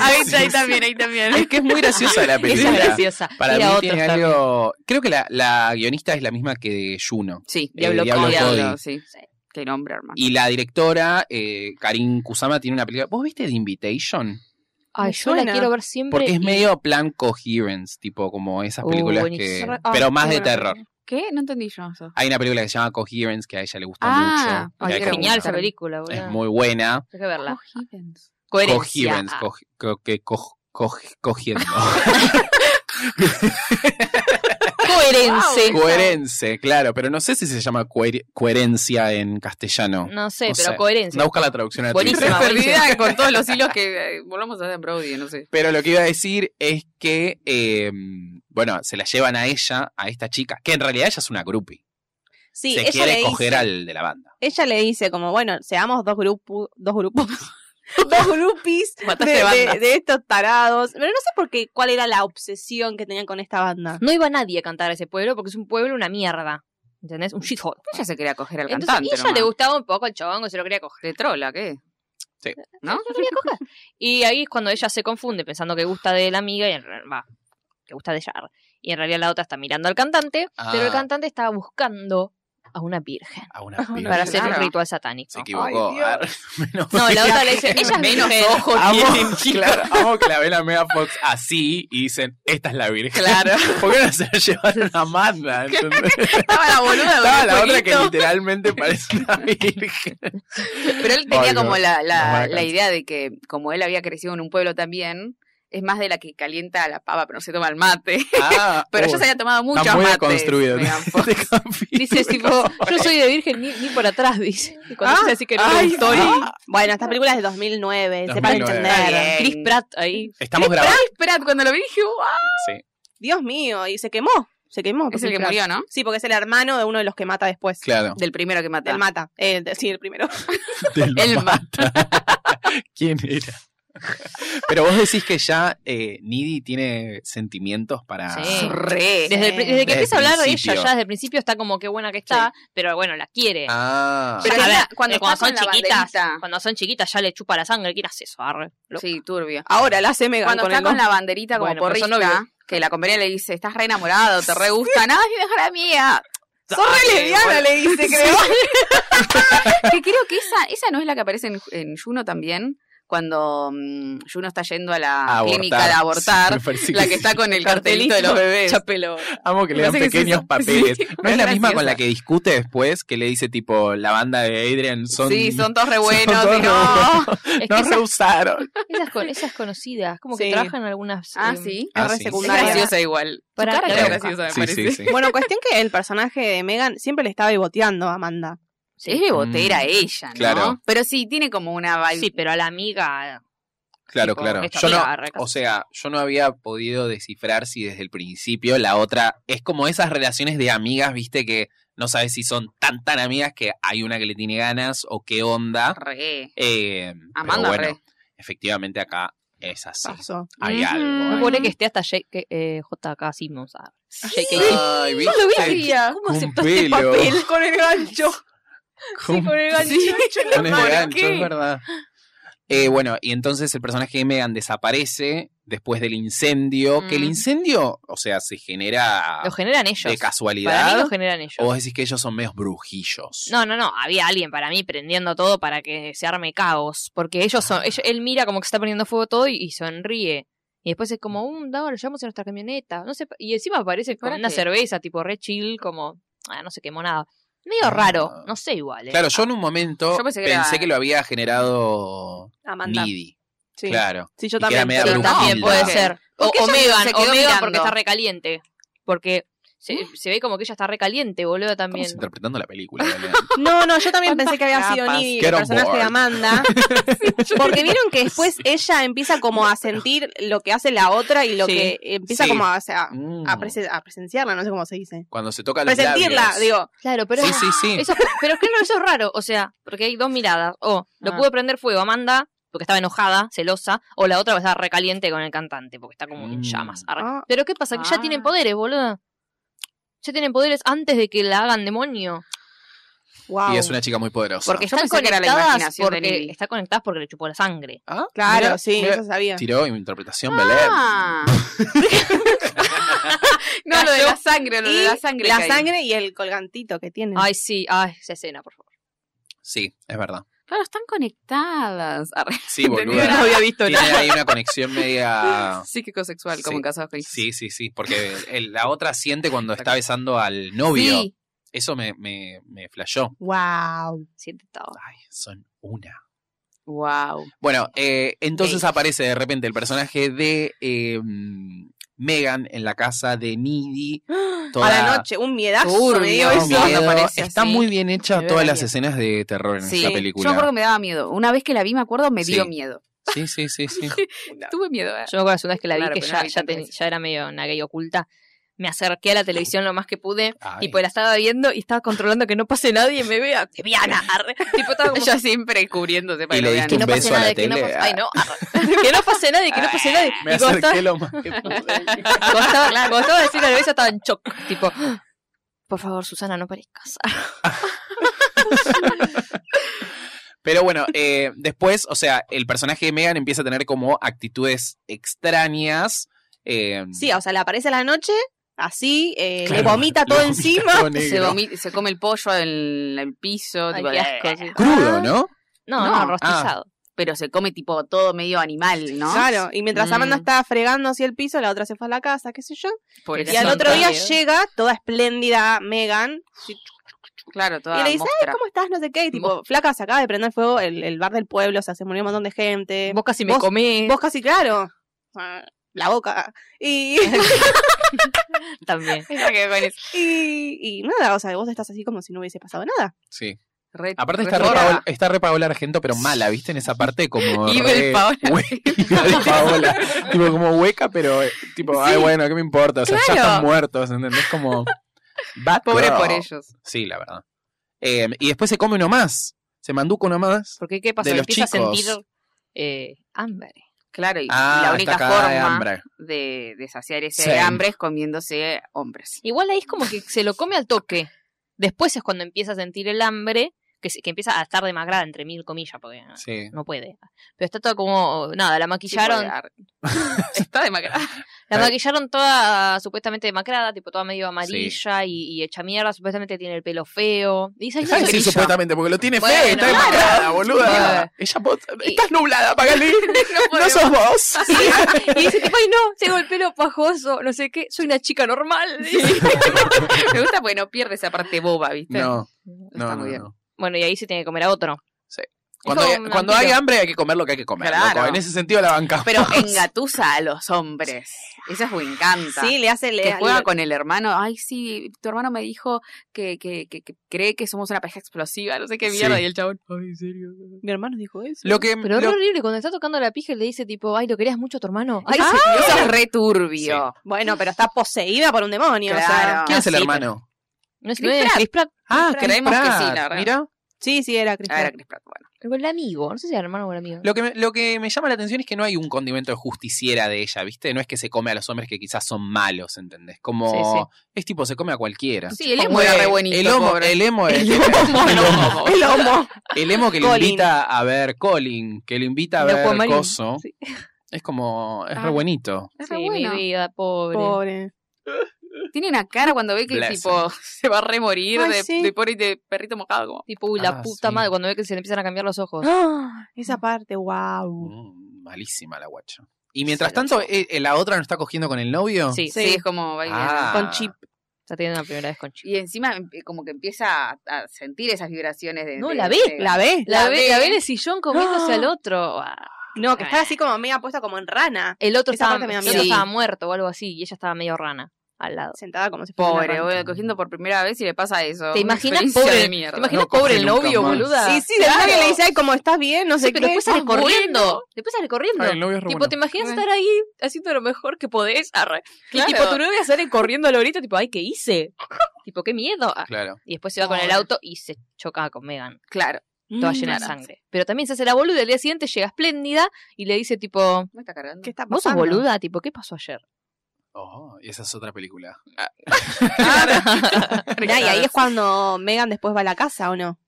Speaker 2: Ahí, está, ahí también, ahí
Speaker 1: Es
Speaker 2: [LAUGHS] también.
Speaker 1: que es muy graciosa la
Speaker 4: Esa es
Speaker 1: película.
Speaker 4: graciosa.
Speaker 1: Para
Speaker 4: Era
Speaker 1: mí
Speaker 4: otro
Speaker 1: tiene
Speaker 4: también.
Speaker 1: algo... Creo que la, la guionista es la misma que de Juno.
Speaker 2: Sí,
Speaker 1: Diablo Cody. Cody.
Speaker 2: Eh, sí. Qué nombre, hermano.
Speaker 1: Y la directora, eh, Karin Kusama, tiene una película... ¿Vos viste The Invitation?
Speaker 4: Ay,
Speaker 3: Me
Speaker 4: yo
Speaker 3: suena.
Speaker 4: la quiero ver siempre.
Speaker 1: Porque es
Speaker 4: y-
Speaker 1: medio plan coherence, tipo como esas
Speaker 4: Uh,
Speaker 1: películas que...
Speaker 4: buenísimo.
Speaker 1: Pero más de
Speaker 2: qué buena
Speaker 1: terror.
Speaker 2: ¿Qué? No entendí yo eso.
Speaker 1: Hay una película que se llama Coherence que a ella le gusta
Speaker 2: Ah,
Speaker 1: mucho. que
Speaker 2: ay,
Speaker 1: hay
Speaker 2: qué
Speaker 1: que
Speaker 4: genial
Speaker 1: buscar.
Speaker 4: esa película, boludo.
Speaker 1: Es muy buena.
Speaker 4: Hay que verla.
Speaker 2: Oh, [LAUGHS] Cogidens.
Speaker 1: Coherence, co- co- que co- co- cogiendo.
Speaker 4: Coherencia.
Speaker 1: Coherence, claro, pero no sé si se llama coher- coherencia en castellano.
Speaker 4: No sé,
Speaker 1: No
Speaker 4: pero
Speaker 1: sé.
Speaker 4: coherencia.
Speaker 1: No busca la traducción al
Speaker 4: Mm, Buenísima,
Speaker 1: Twitter.
Speaker 2: Re
Speaker 4: buenísima.
Speaker 1: [LAUGHS]
Speaker 2: perdida [LAUGHS] con todos los hilos que eh, volvamos a ver en Brody, no sé.
Speaker 1: Pero lo que iba a decir es que, eh, bueno, se la llevan a ella, a esta chica, que en realidad ella es una groupie.
Speaker 3: Sí,
Speaker 1: se
Speaker 3: ella le
Speaker 1: quiere
Speaker 3: dice-
Speaker 1: coger al de la banda.
Speaker 3: ella le dice como, bueno, seamos dos grupos, dos grupos, [LAUGHS] dos grupis de,
Speaker 2: [LAUGHS] Mataste
Speaker 3: de-
Speaker 2: bandas.
Speaker 3: de estos tarados. Pero no sé por qué, cuál era la obsesión que tenían con esta banda.
Speaker 4: No iba nadie a cantar a ese pueblo porque es un pueblo una mierda. ¿Entendés? Un shithole.
Speaker 2: Ella se quería coger al
Speaker 4: Entonces,
Speaker 2: cantante.
Speaker 4: y ella
Speaker 2: nomás.
Speaker 4: le gustaba un poco el chongo, se lo quería coger.
Speaker 2: De trola, ¿qué?
Speaker 1: Sí.
Speaker 2: ¿No?
Speaker 4: Se lo quería coger. Y ahí es cuando ella se confunde pensando que gusta de la amiga y en realidad, va, que gusta de ella. Y en realidad la otra está mirando al cantante, pero el
Speaker 1: Ah.
Speaker 4: cantante estaba buscando a una virgen
Speaker 1: A una piba.
Speaker 4: para hacer un
Speaker 2: Claro.
Speaker 4: ritual satánico.
Speaker 1: Se equivocó.
Speaker 3: Ay,
Speaker 1: [LAUGHS] Menos
Speaker 4: No, la otra le dice, ella es
Speaker 2: Menos
Speaker 4: virgen.
Speaker 2: ojos tienen.
Speaker 1: Amo, claro, amo que la ven a Mega Fox así y dicen, esta es la virgen. Claro. [LAUGHS] ¿Por qué no se la llevaron a
Speaker 2: [LAUGHS]
Speaker 1: Amanda? ¿entendés?
Speaker 2: Estaba la boluda. con
Speaker 1: Estaba
Speaker 2: el
Speaker 1: la otra que
Speaker 2: cuerito.
Speaker 1: literalmente parece una virgen.
Speaker 2: Pero él tenía
Speaker 1: Ay,
Speaker 2: como
Speaker 1: no. Nos
Speaker 2: la,
Speaker 1: van a
Speaker 2: la, la
Speaker 1: cansar.
Speaker 2: idea de que, como él había crecido en un pueblo también, es más de la que calienta la pava, pero no se toma el mate. [LAUGHS]
Speaker 1: Ah,
Speaker 2: [LAUGHS] Pero ella
Speaker 1: uy,
Speaker 2: se había tomado muchos
Speaker 1: Está muy
Speaker 2: mates.
Speaker 1: deconstruido. [LAUGHS]
Speaker 2: Megan [LAUGHS] Fox.
Speaker 1: Te confío.
Speaker 4: Dice, tipo, yo soy de virgen ni, ni por atrás, dice. Y cuando
Speaker 2: Ah,
Speaker 4: dice así que no
Speaker 2: ay,
Speaker 4: le gustó,
Speaker 2: no.
Speaker 3: Bueno, esta película es de 2009, se
Speaker 1: 2009.
Speaker 3: para entender.
Speaker 2: Está bien.
Speaker 4: Chris Pratt ahí.
Speaker 1: Estamos grabando.
Speaker 2: Esperad, cuando lo vi dije, ¡guau!
Speaker 1: Sí.
Speaker 3: Dios mío, y se quemó, se quemó.
Speaker 2: Es el que
Speaker 3: Chris Pratt.
Speaker 2: murió, ¿no?
Speaker 3: Sí, porque es el hermano de uno de los que mata después.
Speaker 2: [LAUGHS]
Speaker 1: Claro.
Speaker 2: Del primero que mató.
Speaker 3: Del mata. Eh, de- sí, el primero. [LAUGHS]
Speaker 1: Del
Speaker 2: El
Speaker 1: ma- [LAUGHS] ¿Quién era? Pero vos decís que ya eh, Needy tiene sentimientos para.
Speaker 4: Sí.
Speaker 2: Re.
Speaker 4: Desde, el pri- desde
Speaker 1: Desde
Speaker 4: que empieza a
Speaker 1: el
Speaker 4: hablar de ella,
Speaker 1: principio.
Speaker 4: ya desde el principio está como qué buena que está, pero bueno, la quiere.
Speaker 1: Ah.
Speaker 2: Pero
Speaker 4: A
Speaker 2: es
Speaker 4: ver,
Speaker 2: la- cuando
Speaker 4: eh, cuando
Speaker 2: está
Speaker 4: son
Speaker 2: con la
Speaker 4: chiquitas,
Speaker 2: banderita.
Speaker 4: cuando son chiquitas ya le chupa la sangre, ¿qué era eso? Arre, loco.
Speaker 2: Sí, turbio.
Speaker 3: Ahora la hace Megan
Speaker 2: Cuando
Speaker 3: con
Speaker 2: está
Speaker 3: el
Speaker 2: con
Speaker 3: no.
Speaker 2: la banderita como
Speaker 4: Bueno, pero
Speaker 2: porrista,
Speaker 4: son novios.
Speaker 2: que la compañera le dice, estás re enamorado, te re [LAUGHS] gusta, nada, es mejor amiga.
Speaker 3: Sos re lesbiana,
Speaker 2: [LAUGHS]
Speaker 3: le dice, creo.
Speaker 2: Que creo que esa, esa no es la que aparece en, en Juno también. cuando mm, Juno está yendo a la
Speaker 1: A abortar.
Speaker 2: clínica de abortar,
Speaker 1: Me parece
Speaker 2: [LAUGHS] la que está con el cartelito de los bebés.
Speaker 4: Chapelo.
Speaker 1: Amo que le
Speaker 2: Me
Speaker 1: dan
Speaker 2: parece que es
Speaker 1: pequeños
Speaker 2: eso. [LAUGHS]
Speaker 1: papeles.
Speaker 2: Sí,
Speaker 1: ¿No es la
Speaker 2: graciosa.
Speaker 1: misma con la que discute después? Que le dice, tipo, la banda de Adrian son...
Speaker 2: sí, son todos re
Speaker 1: son
Speaker 2: buenos.
Speaker 1: todos
Speaker 2: y no.
Speaker 1: re buenos.
Speaker 4: Es que
Speaker 1: No
Speaker 4: esas,
Speaker 1: rehusaron.
Speaker 4: esas con- esas conocidas, como que
Speaker 3: Sí.
Speaker 4: trabajan en algunas.
Speaker 2: Ah,
Speaker 4: em,
Speaker 2: sí.
Speaker 1: Ah,
Speaker 3: es re
Speaker 1: sí.
Speaker 2: Es
Speaker 3: secundaria.
Speaker 2: graciosa igual. Su
Speaker 4: Para-
Speaker 2: cara
Speaker 4: la
Speaker 2: era
Speaker 4: boca.
Speaker 2: graciosa, me
Speaker 1: Sí,
Speaker 2: parece.
Speaker 1: sí, sí.
Speaker 3: Bueno, cuestión que el personaje de Megan siempre le estaba boteando a Amanda.
Speaker 2: Es eh, bebotera ella, ¿no?
Speaker 1: Mm, Claro.
Speaker 2: Pero sí, tiene como una vibe.
Speaker 4: Sí, pero a la amiga.
Speaker 1: Claro,
Speaker 4: tipo,
Speaker 1: claro.
Speaker 4: esta
Speaker 1: Yo no,
Speaker 4: amiga re-
Speaker 1: o sea, yo no había podido descifrar si desde el principio la otra es como esas relaciones de amigas, viste, que no sabes si son tan tan amigas que hay una que le tiene ganas o qué onda.
Speaker 2: Re.
Speaker 1: Eh, pero
Speaker 2: Amanda
Speaker 1: bueno,
Speaker 2: re.
Speaker 1: efectivamente acá es así.
Speaker 3: Pasó.
Speaker 1: Hay
Speaker 2: Ujú.
Speaker 4: No
Speaker 1: algo.
Speaker 4: pone
Speaker 1: ahí.
Speaker 4: que esté hasta J- que, eh, JK Simmons. ah. JK.
Speaker 1: Ay, ¿viste?
Speaker 4: ¿Cómo
Speaker 1: Un
Speaker 4: aceptó este
Speaker 1: pelo.
Speaker 4: papel con el gancho?
Speaker 1: [LAUGHS] Con-
Speaker 4: con el gancho.
Speaker 1: con el gancho,
Speaker 4: qué?
Speaker 1: es verdad. Eh, bueno, y entonces el personaje de Megan desaparece después del incendio. Que el
Speaker 2: Mm.
Speaker 1: incendio, o sea, se genera
Speaker 4: Lo generan ellos.
Speaker 1: Ah, de
Speaker 4: Para mí
Speaker 1: casualidad.
Speaker 4: lo generan ellos.
Speaker 1: O vos decís que ellos son medios brujillos.
Speaker 4: No, no, no. Había alguien para mí prendiendo todo para que se arme caos. Porque ellos son. ellos- él mira como que se está prendiendo fuego todo y, y sonríe. Y después es como, un no, lo llevamos en nuestra camioneta. No sé. Y encima aparece con
Speaker 2: ¿Para
Speaker 4: una
Speaker 2: qué?
Speaker 4: cerveza, tipo re chill, como. Ah, no se quemó nada. Medio raro. No sé igual.
Speaker 1: Ah.
Speaker 4: eh.
Speaker 1: Claro, yo en un momento
Speaker 2: Yo pensé
Speaker 1: pensé
Speaker 2: que
Speaker 1: que,
Speaker 2: era-
Speaker 1: lo había generado
Speaker 3: Amanda.
Speaker 1: Nidi.
Speaker 3: Sí.
Speaker 1: Claro.
Speaker 3: Sí, yo
Speaker 1: Y que era
Speaker 3: también.
Speaker 1: media
Speaker 4: Sí,
Speaker 1: brujilda.
Speaker 4: también puede ser. O,
Speaker 2: Porque
Speaker 4: o
Speaker 2: ella
Speaker 4: Megan,
Speaker 2: se
Speaker 4: o
Speaker 2: quedó
Speaker 4: Megan
Speaker 2: mirando.
Speaker 4: porque está recaliente. Porque se, se ve como que ella está recaliente, boludo, también.
Speaker 1: Estamos interpretando la película. Belén.
Speaker 3: No, no, yo también
Speaker 2: ¿Cuántas
Speaker 3: pensé que había sido
Speaker 2: capas?
Speaker 3: Nidi,
Speaker 1: Get
Speaker 3: el
Speaker 1: on
Speaker 3: personaje
Speaker 1: board.
Speaker 3: de Amanda.
Speaker 1: [LAUGHS]
Speaker 3: Porque vieron que después ella empieza como a sentir lo que hace la otra y lo
Speaker 4: Sí.
Speaker 3: que empieza
Speaker 1: Sí.
Speaker 3: como a, o sea,
Speaker 1: Mm.
Speaker 3: a, presen- a presenciarla, no sé cómo se dice.
Speaker 1: Cuando se toca los
Speaker 3: Presentirla,
Speaker 1: labios.
Speaker 3: digo.
Speaker 4: Claro, pero,
Speaker 1: Sí, sí, sí.
Speaker 4: Eso, pero es que no, eso es raro. O sea, porque hay dos miradas. O lo
Speaker 2: Ah.
Speaker 4: pudo prender fuego Amanda, porque estaba enojada, celosa. O la otra va a estar recaliente con el cantante, porque está como en
Speaker 1: Mm.
Speaker 4: llamas. Arre.
Speaker 3: Ah.
Speaker 4: Pero ¿qué pasa? Que ya
Speaker 2: Ah.
Speaker 4: tienen poderes, boludo. Ya tienen poderes antes de que la hagan demonio.
Speaker 3: Wow.
Speaker 1: Y es una chica muy poderosa.
Speaker 4: Porque
Speaker 2: Yo
Speaker 4: están
Speaker 2: pensé que era la
Speaker 4: conectadas
Speaker 2: imaginación de
Speaker 4: porque
Speaker 2: Lily.
Speaker 4: están conectadas porque le chupó la sangre.
Speaker 1: Ah,
Speaker 3: Claro,
Speaker 1: mira,
Speaker 3: sí,
Speaker 1: mira,
Speaker 3: eso sabía.
Speaker 1: Tiró interpretación
Speaker 2: Ah. [LAUGHS] no, lo de la sangre, lo de
Speaker 3: Y
Speaker 2: la sangre.
Speaker 3: La
Speaker 2: caí.
Speaker 3: sangre y el colgantito que
Speaker 2: Mm.
Speaker 3: tiene.
Speaker 4: Ay, sí, ay, esa escena, por favor.
Speaker 1: Belén. Sí, es verdad.
Speaker 2: Claro, están conectadas. Arre,
Speaker 1: Sí,
Speaker 2: Entendí,
Speaker 1: boluda.
Speaker 2: no había visto
Speaker 1: Tiene
Speaker 2: nada.
Speaker 1: ahí una conexión
Speaker 2: [LAUGHS]
Speaker 1: media...
Speaker 2: Psíquico sexual,
Speaker 1: Ah, Sí.
Speaker 2: como en Casados con Hijos.
Speaker 1: Sí, sí, sí. Porque el- la otra siente cuando está besando al novio.
Speaker 2: Sí.
Speaker 1: Eso me, me, me flashó.
Speaker 3: Wow.
Speaker 4: Siente todo.
Speaker 1: Ay, son una.
Speaker 2: Wow.
Speaker 1: Bueno, eh, entonces
Speaker 4: Gays.
Speaker 1: aparece de repente el personaje de eh, Megan en la casa de
Speaker 2: [GASPS]
Speaker 1: Needy. Toda
Speaker 3: A la noche, un miedazo.
Speaker 2: Turbio,
Speaker 3: me dio
Speaker 1: con
Speaker 3: eso.
Speaker 2: cuando
Speaker 1: miedo.
Speaker 2: aparece
Speaker 1: Está
Speaker 2: así.
Speaker 1: muy bien hecha
Speaker 2: Me
Speaker 1: todas
Speaker 2: da
Speaker 1: las
Speaker 2: miedo.
Speaker 1: escenas de terror en
Speaker 2: Sí.
Speaker 1: esta
Speaker 2: Yo me acuerdo
Speaker 1: película.
Speaker 2: que me daba miedo. Una vez que la vi, me acuerdo, me dio
Speaker 1: Sí.
Speaker 2: miedo.
Speaker 1: Sí, sí, sí,
Speaker 2: [LAUGHS]
Speaker 1: sí.
Speaker 2: Tuve miedo. eh.
Speaker 4: Yo me acuerdo la segunda vez que la vi,
Speaker 2: Claro,
Speaker 4: que
Speaker 2: pero
Speaker 4: ya,
Speaker 2: no la vi
Speaker 4: ya,
Speaker 2: tantas
Speaker 4: ten-
Speaker 2: veces.
Speaker 4: ya era medio una gay oculta. Me acerqué a la televisión lo más que pude.
Speaker 1: Ay.
Speaker 4: Tipo,
Speaker 2: pues
Speaker 4: la estaba viendo y estaba controlando que no pase nadie y me vea. ¡Que Viana! arre". Tipo,
Speaker 1: [LAUGHS]
Speaker 2: [LAUGHS]
Speaker 4: estaba como,
Speaker 2: Ella siempre cubriéndose
Speaker 1: Y
Speaker 2: para que lo
Speaker 1: le
Speaker 2: vean.
Speaker 1: diste
Speaker 4: que no
Speaker 1: un
Speaker 4: pase
Speaker 1: beso a la
Speaker 4: nadie, que no
Speaker 1: tele. ah.
Speaker 4: pase- Ay, no, arre. [LAUGHS] que no pase nadie, que no pase nadie.
Speaker 1: [LAUGHS] Me
Speaker 4: y cuando estaba,
Speaker 1: acerqué lo más que pude.
Speaker 2: [LAUGHS]
Speaker 4: cuando
Speaker 1: [LAUGHS]
Speaker 4: estaba, cuando estaba diciendo la beso estaba en shock. Tipo, "Ah, por favor, Susana, no parezcas.
Speaker 1: Pero bueno, eh, después, o sea, el personaje de Megan empieza a tener como actitudes extrañas. eh,
Speaker 3: Sí, o sea, le aparece a la noche, así, eh,
Speaker 1: Claro,
Speaker 3: le vomita todo
Speaker 1: lo vomita
Speaker 3: encima.
Speaker 1: todo
Speaker 2: [LAUGHS] se,
Speaker 1: negro.
Speaker 2: vomi- se come el pollo en el, el piso,
Speaker 4: Ay,
Speaker 2: tipo,
Speaker 4: qué asco, sí.
Speaker 2: Ah.
Speaker 1: Crudo, ¿no?
Speaker 4: No,
Speaker 2: No,
Speaker 4: no,
Speaker 2: ah.
Speaker 4: rostizado.
Speaker 2: pero se come tipo todo medio animal, ¿no?
Speaker 3: Claro, y mientras Amanda
Speaker 2: Mm.
Speaker 3: estaba fregando así el piso, la otra se fue a la casa, qué sé yo.
Speaker 2: Pobrecita.
Speaker 3: Y al otro día
Speaker 4: Santander.
Speaker 3: llega toda espléndida Megan.
Speaker 2: claro, toda
Speaker 3: Y le dice,
Speaker 2: mostra.
Speaker 3: ¿Cómo estás? No sé qué. Y tipo, flaca, se acaba de prender fuego el, el bar del pueblo, o sea, se murió un montón de gente.
Speaker 4: Vos casi me comés.
Speaker 3: Eh, Vos casi, claro. Ah, La boca. Y,
Speaker 4: también.
Speaker 2: Ella quedó con eso.
Speaker 3: y, y nada, o sea, vos estás así como si no hubiese pasado nada.
Speaker 1: Sí.
Speaker 2: Re-
Speaker 1: Aparte
Speaker 2: re
Speaker 1: está re,
Speaker 2: gorda.
Speaker 1: Paola, está re Paola Argento, pero mala, ¿viste? En esa parte como...
Speaker 2: Evil
Speaker 1: re [LAUGHS]
Speaker 2: Paola.
Speaker 1: hue- Evil Paola. tipo como hueca, pero eh, tipo, ay, bueno, ¿qué me importa? O sea, ya
Speaker 2: Claro.
Speaker 1: están muertos, ¿entendés? Como... Bad
Speaker 2: [LAUGHS] Pobre
Speaker 1: girl.
Speaker 2: por ellos.
Speaker 1: Sí, la verdad. Eh, y después se come uno más. Se manduca uno más.
Speaker 4: Porque ¿qué pasó?
Speaker 1: De los
Speaker 4: Empieza a
Speaker 1: chicos.
Speaker 4: sentir eh, hambre.
Speaker 2: Claro, y
Speaker 1: Ah,
Speaker 2: la
Speaker 1: está
Speaker 2: única
Speaker 1: cagada de
Speaker 2: forma
Speaker 1: hambre.
Speaker 2: de, de saciar ese
Speaker 1: Sí.
Speaker 2: hambre es comiéndose hombres.
Speaker 4: Igual ahí es como que se lo come al toque. Después es cuando empieza a sentir el hambre, que, se- que empieza a estar demagrada, entre mil comillas, porque ah, no-
Speaker 1: Sí.
Speaker 4: no puede. Pero está todo como, nada, la
Speaker 2: Tipo de
Speaker 4: maquillaron.
Speaker 2: ar- Está demacrada.
Speaker 4: La
Speaker 1: A ver.
Speaker 4: maquillaron toda ah, supuestamente demacrada, tipo toda medio amarilla y, y hecha mierda, supuestamente tiene el pelo feo.
Speaker 1: [LAUGHS]
Speaker 4: Y dice, "Ay,
Speaker 1: Dejá de
Speaker 4: no
Speaker 1: decir
Speaker 4: brilla".
Speaker 1: supuestamente, porque lo tiene
Speaker 4: Bueno,
Speaker 1: feo, está
Speaker 4: claro.
Speaker 1: demacrada, boluda.
Speaker 4: Bueno.
Speaker 1: Ella pot-
Speaker 4: Y-
Speaker 1: Estás nublada,
Speaker 5: [LAUGHS]
Speaker 1: Pagali.
Speaker 4: No
Speaker 1: no sos vos.
Speaker 4: Y dice, tipo, ay no, tengo el pelo pajoso, no sé qué, soy una chica normal.
Speaker 5: [LAUGHS] Me gusta porque no pierde esa parte boba, ¿viste?
Speaker 1: No, no,
Speaker 5: Está
Speaker 1: no,
Speaker 5: muy bien.
Speaker 1: no.
Speaker 4: Bueno, y ahí se tiene que comer a otro.
Speaker 1: Cuando,
Speaker 4: como
Speaker 1: hay,
Speaker 4: un
Speaker 1: cuando
Speaker 4: vampiro.
Speaker 1: hay hambre hay que comer lo que hay que comer.
Speaker 5: Claro.
Speaker 1: loco. En ese sentido la banca.
Speaker 5: Pero engatusa a los hombres. Esa es me encanta.
Speaker 3: Sí, le hace. Le,
Speaker 5: que juega
Speaker 3: le-
Speaker 5: con el hermano. Ay, sí, tu hermano me dijo que, que, que, que cree que somos una pareja explosiva, no sé qué
Speaker 1: Sí.
Speaker 5: mierda. Y el chabón,
Speaker 3: Mi hermano dijo eso.
Speaker 1: Lo que,
Speaker 4: Pero es
Speaker 1: Mm, lo-
Speaker 4: horrible, cuando está tocando la pija y le dice, tipo, ay, ¿lo querías mucho a tu hermano? Ay,
Speaker 5: "Ah,
Speaker 4: sí.
Speaker 5: eso es re turbio.
Speaker 3: Bueno, pero está poseída por un demonio. o sea.
Speaker 5: Claro.
Speaker 1: ¿Quién es el
Speaker 5: Ah, sí,
Speaker 1: hermano?
Speaker 4: No es,
Speaker 5: Chris
Speaker 4: no es
Speaker 5: Pratt.
Speaker 4: Chris Pratt,
Speaker 1: Ah, Chris
Speaker 5: Creemos que
Speaker 1: Pratt.
Speaker 5: sí, la verdad.
Speaker 1: Mira,
Speaker 3: Sí, sí, era
Speaker 5: A
Speaker 3: cristiano.
Speaker 5: ver, Chris Pratt, bueno.
Speaker 4: pero el amigo, no sé si era hermano o el amigo.
Speaker 1: lo que, me, lo que me llama la atención es que no hay un condimento de justiciera de ella, ¿viste? No es que se come a los hombres que quizás son malos, ¿entendés? Como es tipo, se come a cualquiera.
Speaker 5: Sí, el
Speaker 1: Como
Speaker 5: emo era
Speaker 1: el-
Speaker 5: re bonito,
Speaker 1: el homo,
Speaker 5: pobre.
Speaker 1: el emo, es-
Speaker 5: [LAUGHS] el homo.
Speaker 4: [LAUGHS]
Speaker 3: El homo.
Speaker 1: El emo que le
Speaker 3: Colin.
Speaker 1: invita a ver Colin, que le invita a
Speaker 4: El
Speaker 1: ver
Speaker 4: Aquamarine,
Speaker 1: Coso.
Speaker 4: sí.
Speaker 1: Es como, es
Speaker 5: Ah.
Speaker 1: re buenito.
Speaker 5: Es
Speaker 4: sí,
Speaker 5: re bueno.
Speaker 4: mi vida, pobre.
Speaker 3: Pobre.
Speaker 5: Tiene una cara cuando ve que
Speaker 1: Bless
Speaker 5: tipo [LAUGHS] se va a remorir
Speaker 3: Ay,
Speaker 5: de,
Speaker 3: sí.
Speaker 5: de pobre y de perrito mojado. Como,
Speaker 4: Tipo, uy, la
Speaker 1: Ah,
Speaker 4: puta
Speaker 1: sí.
Speaker 4: madre, cuando ve que se le empiezan a cambiar los ojos.
Speaker 3: Ah, [GASPS] esa parte, wow.
Speaker 1: Mm, malísima la guacha. Y mientras tanto, eh, eh, la otra no está cogiendo con el novio.
Speaker 4: Sí,
Speaker 5: sí, es como va y viene.
Speaker 1: Ah.
Speaker 3: Con chip.
Speaker 4: está teniendo la primera vez con Chip.
Speaker 5: Y encima em- como que empieza a, a sentir esas vibraciones de...
Speaker 4: No,
Speaker 5: de-
Speaker 4: la ve,
Speaker 5: de-
Speaker 3: ¿La ve?
Speaker 4: La,
Speaker 5: La
Speaker 4: ve,
Speaker 5: ve.
Speaker 4: la ve en el sillón comiéndose
Speaker 3: Ah.
Speaker 4: al otro. Ah.
Speaker 3: No, que está así como media puesta como en rana.
Speaker 4: El otro,
Speaker 3: Esa
Speaker 4: estaba,
Speaker 3: parte me da
Speaker 4: el
Speaker 5: miedo.
Speaker 4: otro
Speaker 5: Sí.
Speaker 4: estaba muerto o algo así y ella estaba medio rana al lado.
Speaker 3: Sentada como si fuera una
Speaker 5: Pobre,
Speaker 3: rana.
Speaker 5: boludo, cogiendo por primera vez y le pasa eso. Una
Speaker 4: ¿Te imaginas
Speaker 5: experiencia
Speaker 4: pobre-
Speaker 5: de mierda.
Speaker 4: ¿Te imaginas
Speaker 1: No coge
Speaker 4: pobre el
Speaker 1: nunca
Speaker 4: novio,
Speaker 1: más.
Speaker 4: boluda?
Speaker 3: Sí, sí, de
Speaker 5: Claro.
Speaker 3: nadie le dice, ay, ¿cómo estás bien? No sé
Speaker 4: Sí,
Speaker 3: qué.
Speaker 4: pero después
Speaker 3: Ah,
Speaker 4: sale
Speaker 3: bueno.
Speaker 4: corriendo. Después sale corriendo.
Speaker 1: Ay, Ah, el novio es re
Speaker 4: tipo,
Speaker 1: bueno.
Speaker 4: ¿te imaginas
Speaker 5: Bueno.
Speaker 4: estar ahí haciendo lo mejor que podés? Arre.
Speaker 3: [LAUGHS]
Speaker 5: Claro.
Speaker 4: Y tipo, tu novia sale corriendo a la horita, tipo, ay, ¿qué hice? [LAUGHS] tipo, qué miedo. Ah,
Speaker 1: Claro.
Speaker 4: Y después se va con el
Speaker 5: Pobre.
Speaker 4: auto y se choca con Megan,
Speaker 5: Claro.
Speaker 4: toda
Speaker 3: Mm,
Speaker 4: llena de
Speaker 5: claro.
Speaker 4: sangre. Pero también se hace la boluda y al día siguiente llega espléndida y le dice, tipo,
Speaker 5: ¿Me está cargando?
Speaker 3: ¿Qué está
Speaker 4: vos sos
Speaker 3: pasando?
Speaker 4: boluda, tipo, ¿qué pasó ayer?
Speaker 1: Oh, y esa es otra película.
Speaker 3: Mirá, y ahí es cuando Megan después va a la casa, ¿o no?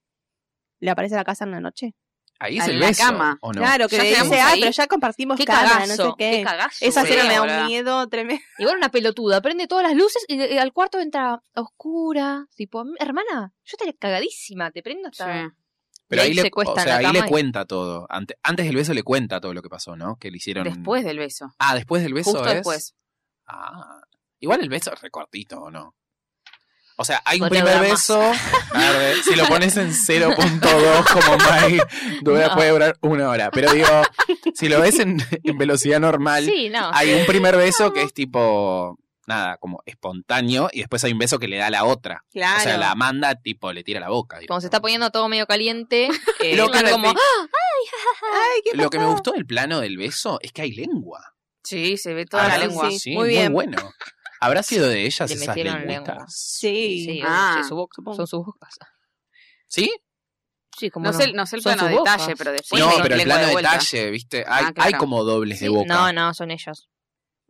Speaker 3: ¿Le aparece a la casa en la noche?
Speaker 1: Ahí es
Speaker 5: En
Speaker 1: el
Speaker 5: la
Speaker 1: beso,
Speaker 5: cama.
Speaker 1: ¿o no?
Speaker 3: Claro, que
Speaker 5: ¿Ya
Speaker 3: le dice,
Speaker 5: quedamos
Speaker 3: ay,
Speaker 5: ahí?
Speaker 3: pero ya compartimos
Speaker 4: Qué
Speaker 3: cama,
Speaker 4: cagazo,
Speaker 3: no sé qué.
Speaker 4: qué cagazo. eh.
Speaker 3: Esa escena
Speaker 5: Sí,
Speaker 3: me da
Speaker 5: boluda.
Speaker 3: un miedo tremendo.
Speaker 4: Igual una pelotuda, prende todas las luces y de- al cuarto entra a oscura, tipo, hermana, yo estaría cagadísima, te prendo hasta...
Speaker 5: Sí.
Speaker 1: Pero
Speaker 4: y ahí
Speaker 1: ahí, le,
Speaker 4: se cuesta
Speaker 1: o sea,
Speaker 4: en la
Speaker 1: ahí le
Speaker 4: cama y-
Speaker 1: cuenta todo. Ante- antes del beso le cuenta todo lo que pasó, ¿no? Que le hicieron.
Speaker 5: Después del beso.
Speaker 1: Ah, después del beso
Speaker 5: Justo
Speaker 1: es.
Speaker 5: después.
Speaker 1: Ah. Igual el beso es recortito, ¿o no? O sea, hay un
Speaker 4: Podría
Speaker 1: primer
Speaker 4: durar más.
Speaker 1: beso. A ver, si lo pones
Speaker 4: [LAUGHS]
Speaker 1: en 0.2 como Mai, dura,
Speaker 4: No.
Speaker 1: puede durar una hora. Pero digo, si lo ves en, en velocidad normal,
Speaker 4: Sí, no.
Speaker 1: hay un primer beso que es tipo, nada, como espontáneo. Y después hay un beso que le da a la otra.
Speaker 3: Claro.
Speaker 1: O sea, la manda, tipo, le tira la boca.
Speaker 4: Cuando se está poniendo todo medio
Speaker 1: [LAUGHS]
Speaker 4: caliente, eh, [LAUGHS]
Speaker 1: Lo que
Speaker 4: es como,
Speaker 5: repite.
Speaker 4: ¡Ah!
Speaker 3: Ay, ¿qué
Speaker 1: Lo que me
Speaker 3: pasó?
Speaker 1: gustó del plano del beso es que hay lengua.
Speaker 5: Sí, se ve toda
Speaker 1: Ah, sí,
Speaker 5: la lengua.
Speaker 1: Sí,
Speaker 3: muy
Speaker 1: muy,
Speaker 3: bien.
Speaker 1: bueno. ¿Habrá sido de ellas
Speaker 4: Le
Speaker 1: esas
Speaker 4: "Ah, metieron lengua.
Speaker 1: lengüitas?
Speaker 3: Sí.
Speaker 4: Sí,
Speaker 5: Ah,
Speaker 4: sí, su boca,
Speaker 3: supongo.
Speaker 4: son sus bocas.
Speaker 1: ¿Sí,
Speaker 4: Sí, como
Speaker 5: No sé, no sé el
Speaker 4: Son
Speaker 5: plano de
Speaker 4: sus bocas.
Speaker 5: detalle, pero después...
Speaker 1: no,
Speaker 5: le-
Speaker 1: pero el
Speaker 5: lengua
Speaker 1: plano
Speaker 5: de
Speaker 1: de
Speaker 5: vuelta.
Speaker 1: detalle, ¿viste? Hay,
Speaker 5: Ah, claro.
Speaker 1: hay como dobles de boca.
Speaker 4: No, no, son ellos.